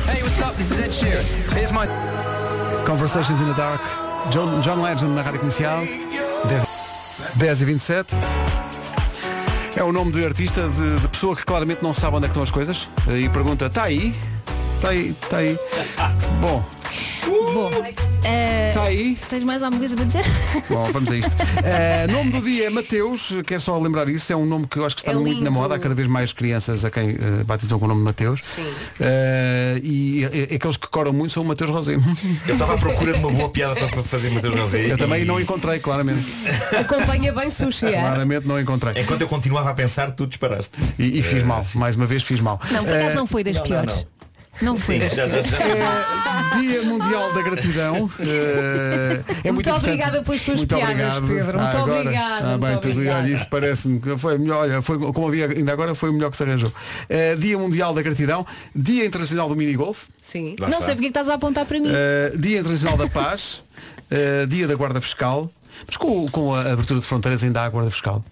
Speaker 7: Hey, what's up? This is Ed Sheeran. Here's my...
Speaker 1: Conversations in the Dark, John, John Legend na Rádio Comercial, 10, 10 e 27. É o nome de artista, de, de pessoa que claramente não sabe onde é que estão as coisas e pergunta, está aí? Está aí, está aí. Bom,
Speaker 4: Uh! Bom, eh,
Speaker 1: Tá aí?
Speaker 4: Tens mais alguma coisa para dizer?
Speaker 1: bom, vamos a isto. Eh, nome do dia é Mateus, quero só lembrar isso, é um nome que eu acho que está
Speaker 4: É
Speaker 1: muito na
Speaker 4: lindo.
Speaker 1: moda, há cada vez mais crianças a quem eh, batizam com o nome de Mateus. Eh, e, e- e aqueles que coram muito são o Mateus Rosé.
Speaker 8: Eu estava à procura de uma boa piada para- para fazer Mateus Rosé.
Speaker 1: Eu
Speaker 8: e-
Speaker 1: também não encontrei, claramente.
Speaker 3: Acompanha bem sushi, é?
Speaker 1: Claramente não encontrei.
Speaker 8: Enquanto eu continuava a pensar, tu disparaste. Eh,
Speaker 1: E, e fiz mal, mais uma vez fiz mal.
Speaker 4: Não, por acaso
Speaker 1: Eh,
Speaker 4: não foi das
Speaker 1: não, não,
Speaker 4: piores.
Speaker 1: não.
Speaker 4: Não foi.
Speaker 1: Sim, já, já, já. É Dia Mundial da Gratidão. Eh, é muito,
Speaker 3: Muito
Speaker 1: importante.
Speaker 3: obrigada pelas tuas
Speaker 1: muito
Speaker 3: piadas,
Speaker 1: obrigado.
Speaker 3: Pedro.
Speaker 1: Ah,
Speaker 3: Muito
Speaker 1: agora,
Speaker 3: obrigada,
Speaker 1: ah, bem,
Speaker 3: muito
Speaker 1: tudo,
Speaker 3: obrigada.
Speaker 1: olha, isso parece-me que foi o melhor. Olha, foi, como havia ainda agora, foi o melhor que se arranjou. Eh, Dia Mundial da Gratidão. Dia Internacional do Minigolf.
Speaker 3: Sim.
Speaker 1: Lá
Speaker 4: não
Speaker 1: está.
Speaker 4: sei porque é que estás a apontar para mim.
Speaker 1: Eh, Dia Internacional da Paz. eh, Dia da Guarda Fiscal. Mas com, com a abertura de fronteiras ainda há Guarda Fiscal.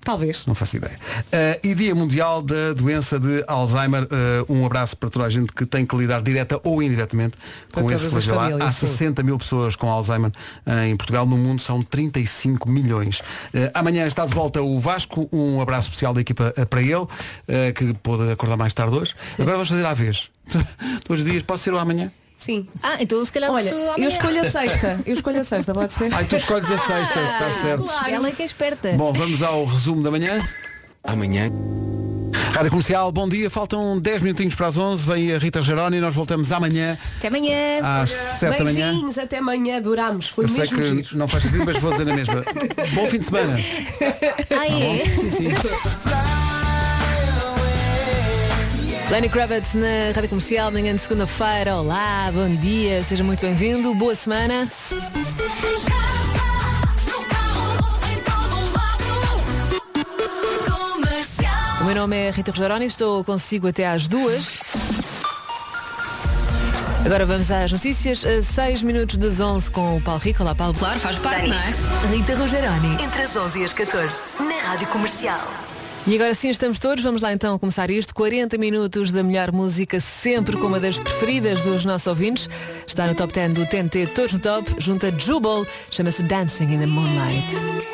Speaker 3: Talvez.
Speaker 1: Não faço ideia. Eh, e Dia Mundial da Doença de Alzheimer. Eh, um abraço para toda a gente que tem que lidar direta ou indiretamente
Speaker 7: Para
Speaker 1: com
Speaker 7: todas
Speaker 1: esse
Speaker 7: as
Speaker 1: flagelo. Há- Há
Speaker 7: famílias, sim.
Speaker 1: 60 mil pessoas com Alzheimer eh, em Portugal. No mundo são 35 milhões. Eh, amanhã está de volta o Vasco. Um abraço especial da equipa eh, para ele, eh, que pôde acordar mais tarde hoje. Agora vamos fazer à vez. Todos os dias. Pode ser o amanhã?
Speaker 3: Sim.
Speaker 4: Ah, então se calhar
Speaker 3: Olha,
Speaker 4: posso
Speaker 3: eu
Speaker 4: amanhã.
Speaker 3: escolho a sexta. Eu escolho a sexta, pode ser?
Speaker 1: Ai, tu escolhes a sexta. Está certo.
Speaker 4: Ela é que é esperta.
Speaker 1: Bom, vamos ao resumo da manhã. Amanhã. Rádio Comercial, bom dia. Faltam 10 minutinhos para as 11. Vem a Rita Geroni e nós voltamos amanhã.
Speaker 4: Até amanhã.
Speaker 1: Às sete da manhã.
Speaker 3: Beijinhos, até amanhã, durámos. Foi
Speaker 1: Eu sei
Speaker 3: mesmo
Speaker 1: que
Speaker 3: giro.
Speaker 1: não faz sentido, mas vou dizer a mesma. bom fim de semana.
Speaker 4: Ai, é?
Speaker 1: Tá Sim, sim.
Speaker 20: Lenny Kravitz na Rádio Comercial, manhã de segunda-feira. Olá, bom dia, seja muito bem-vindo, boa semana. O meu nome é Rita Rogeroni, estou consigo até às duas. Agora vamos às notícias, a 6 minutos das 11 com o Paulo Rico. Olá, Paulo. Claro, faz parte, não é? Rita Rogeroni.
Speaker 11: Entre as 11 e as 14, na Rádio Comercial.
Speaker 20: E agora sim estamos todos, vamos lá então começar isto. 40 minutos da melhor música, sempre com uma das preferidas dos nossos ouvintes. Está no top 10 do TNT Todos no Top, junto a Jubal, chama-se Dancing in the Moonlight.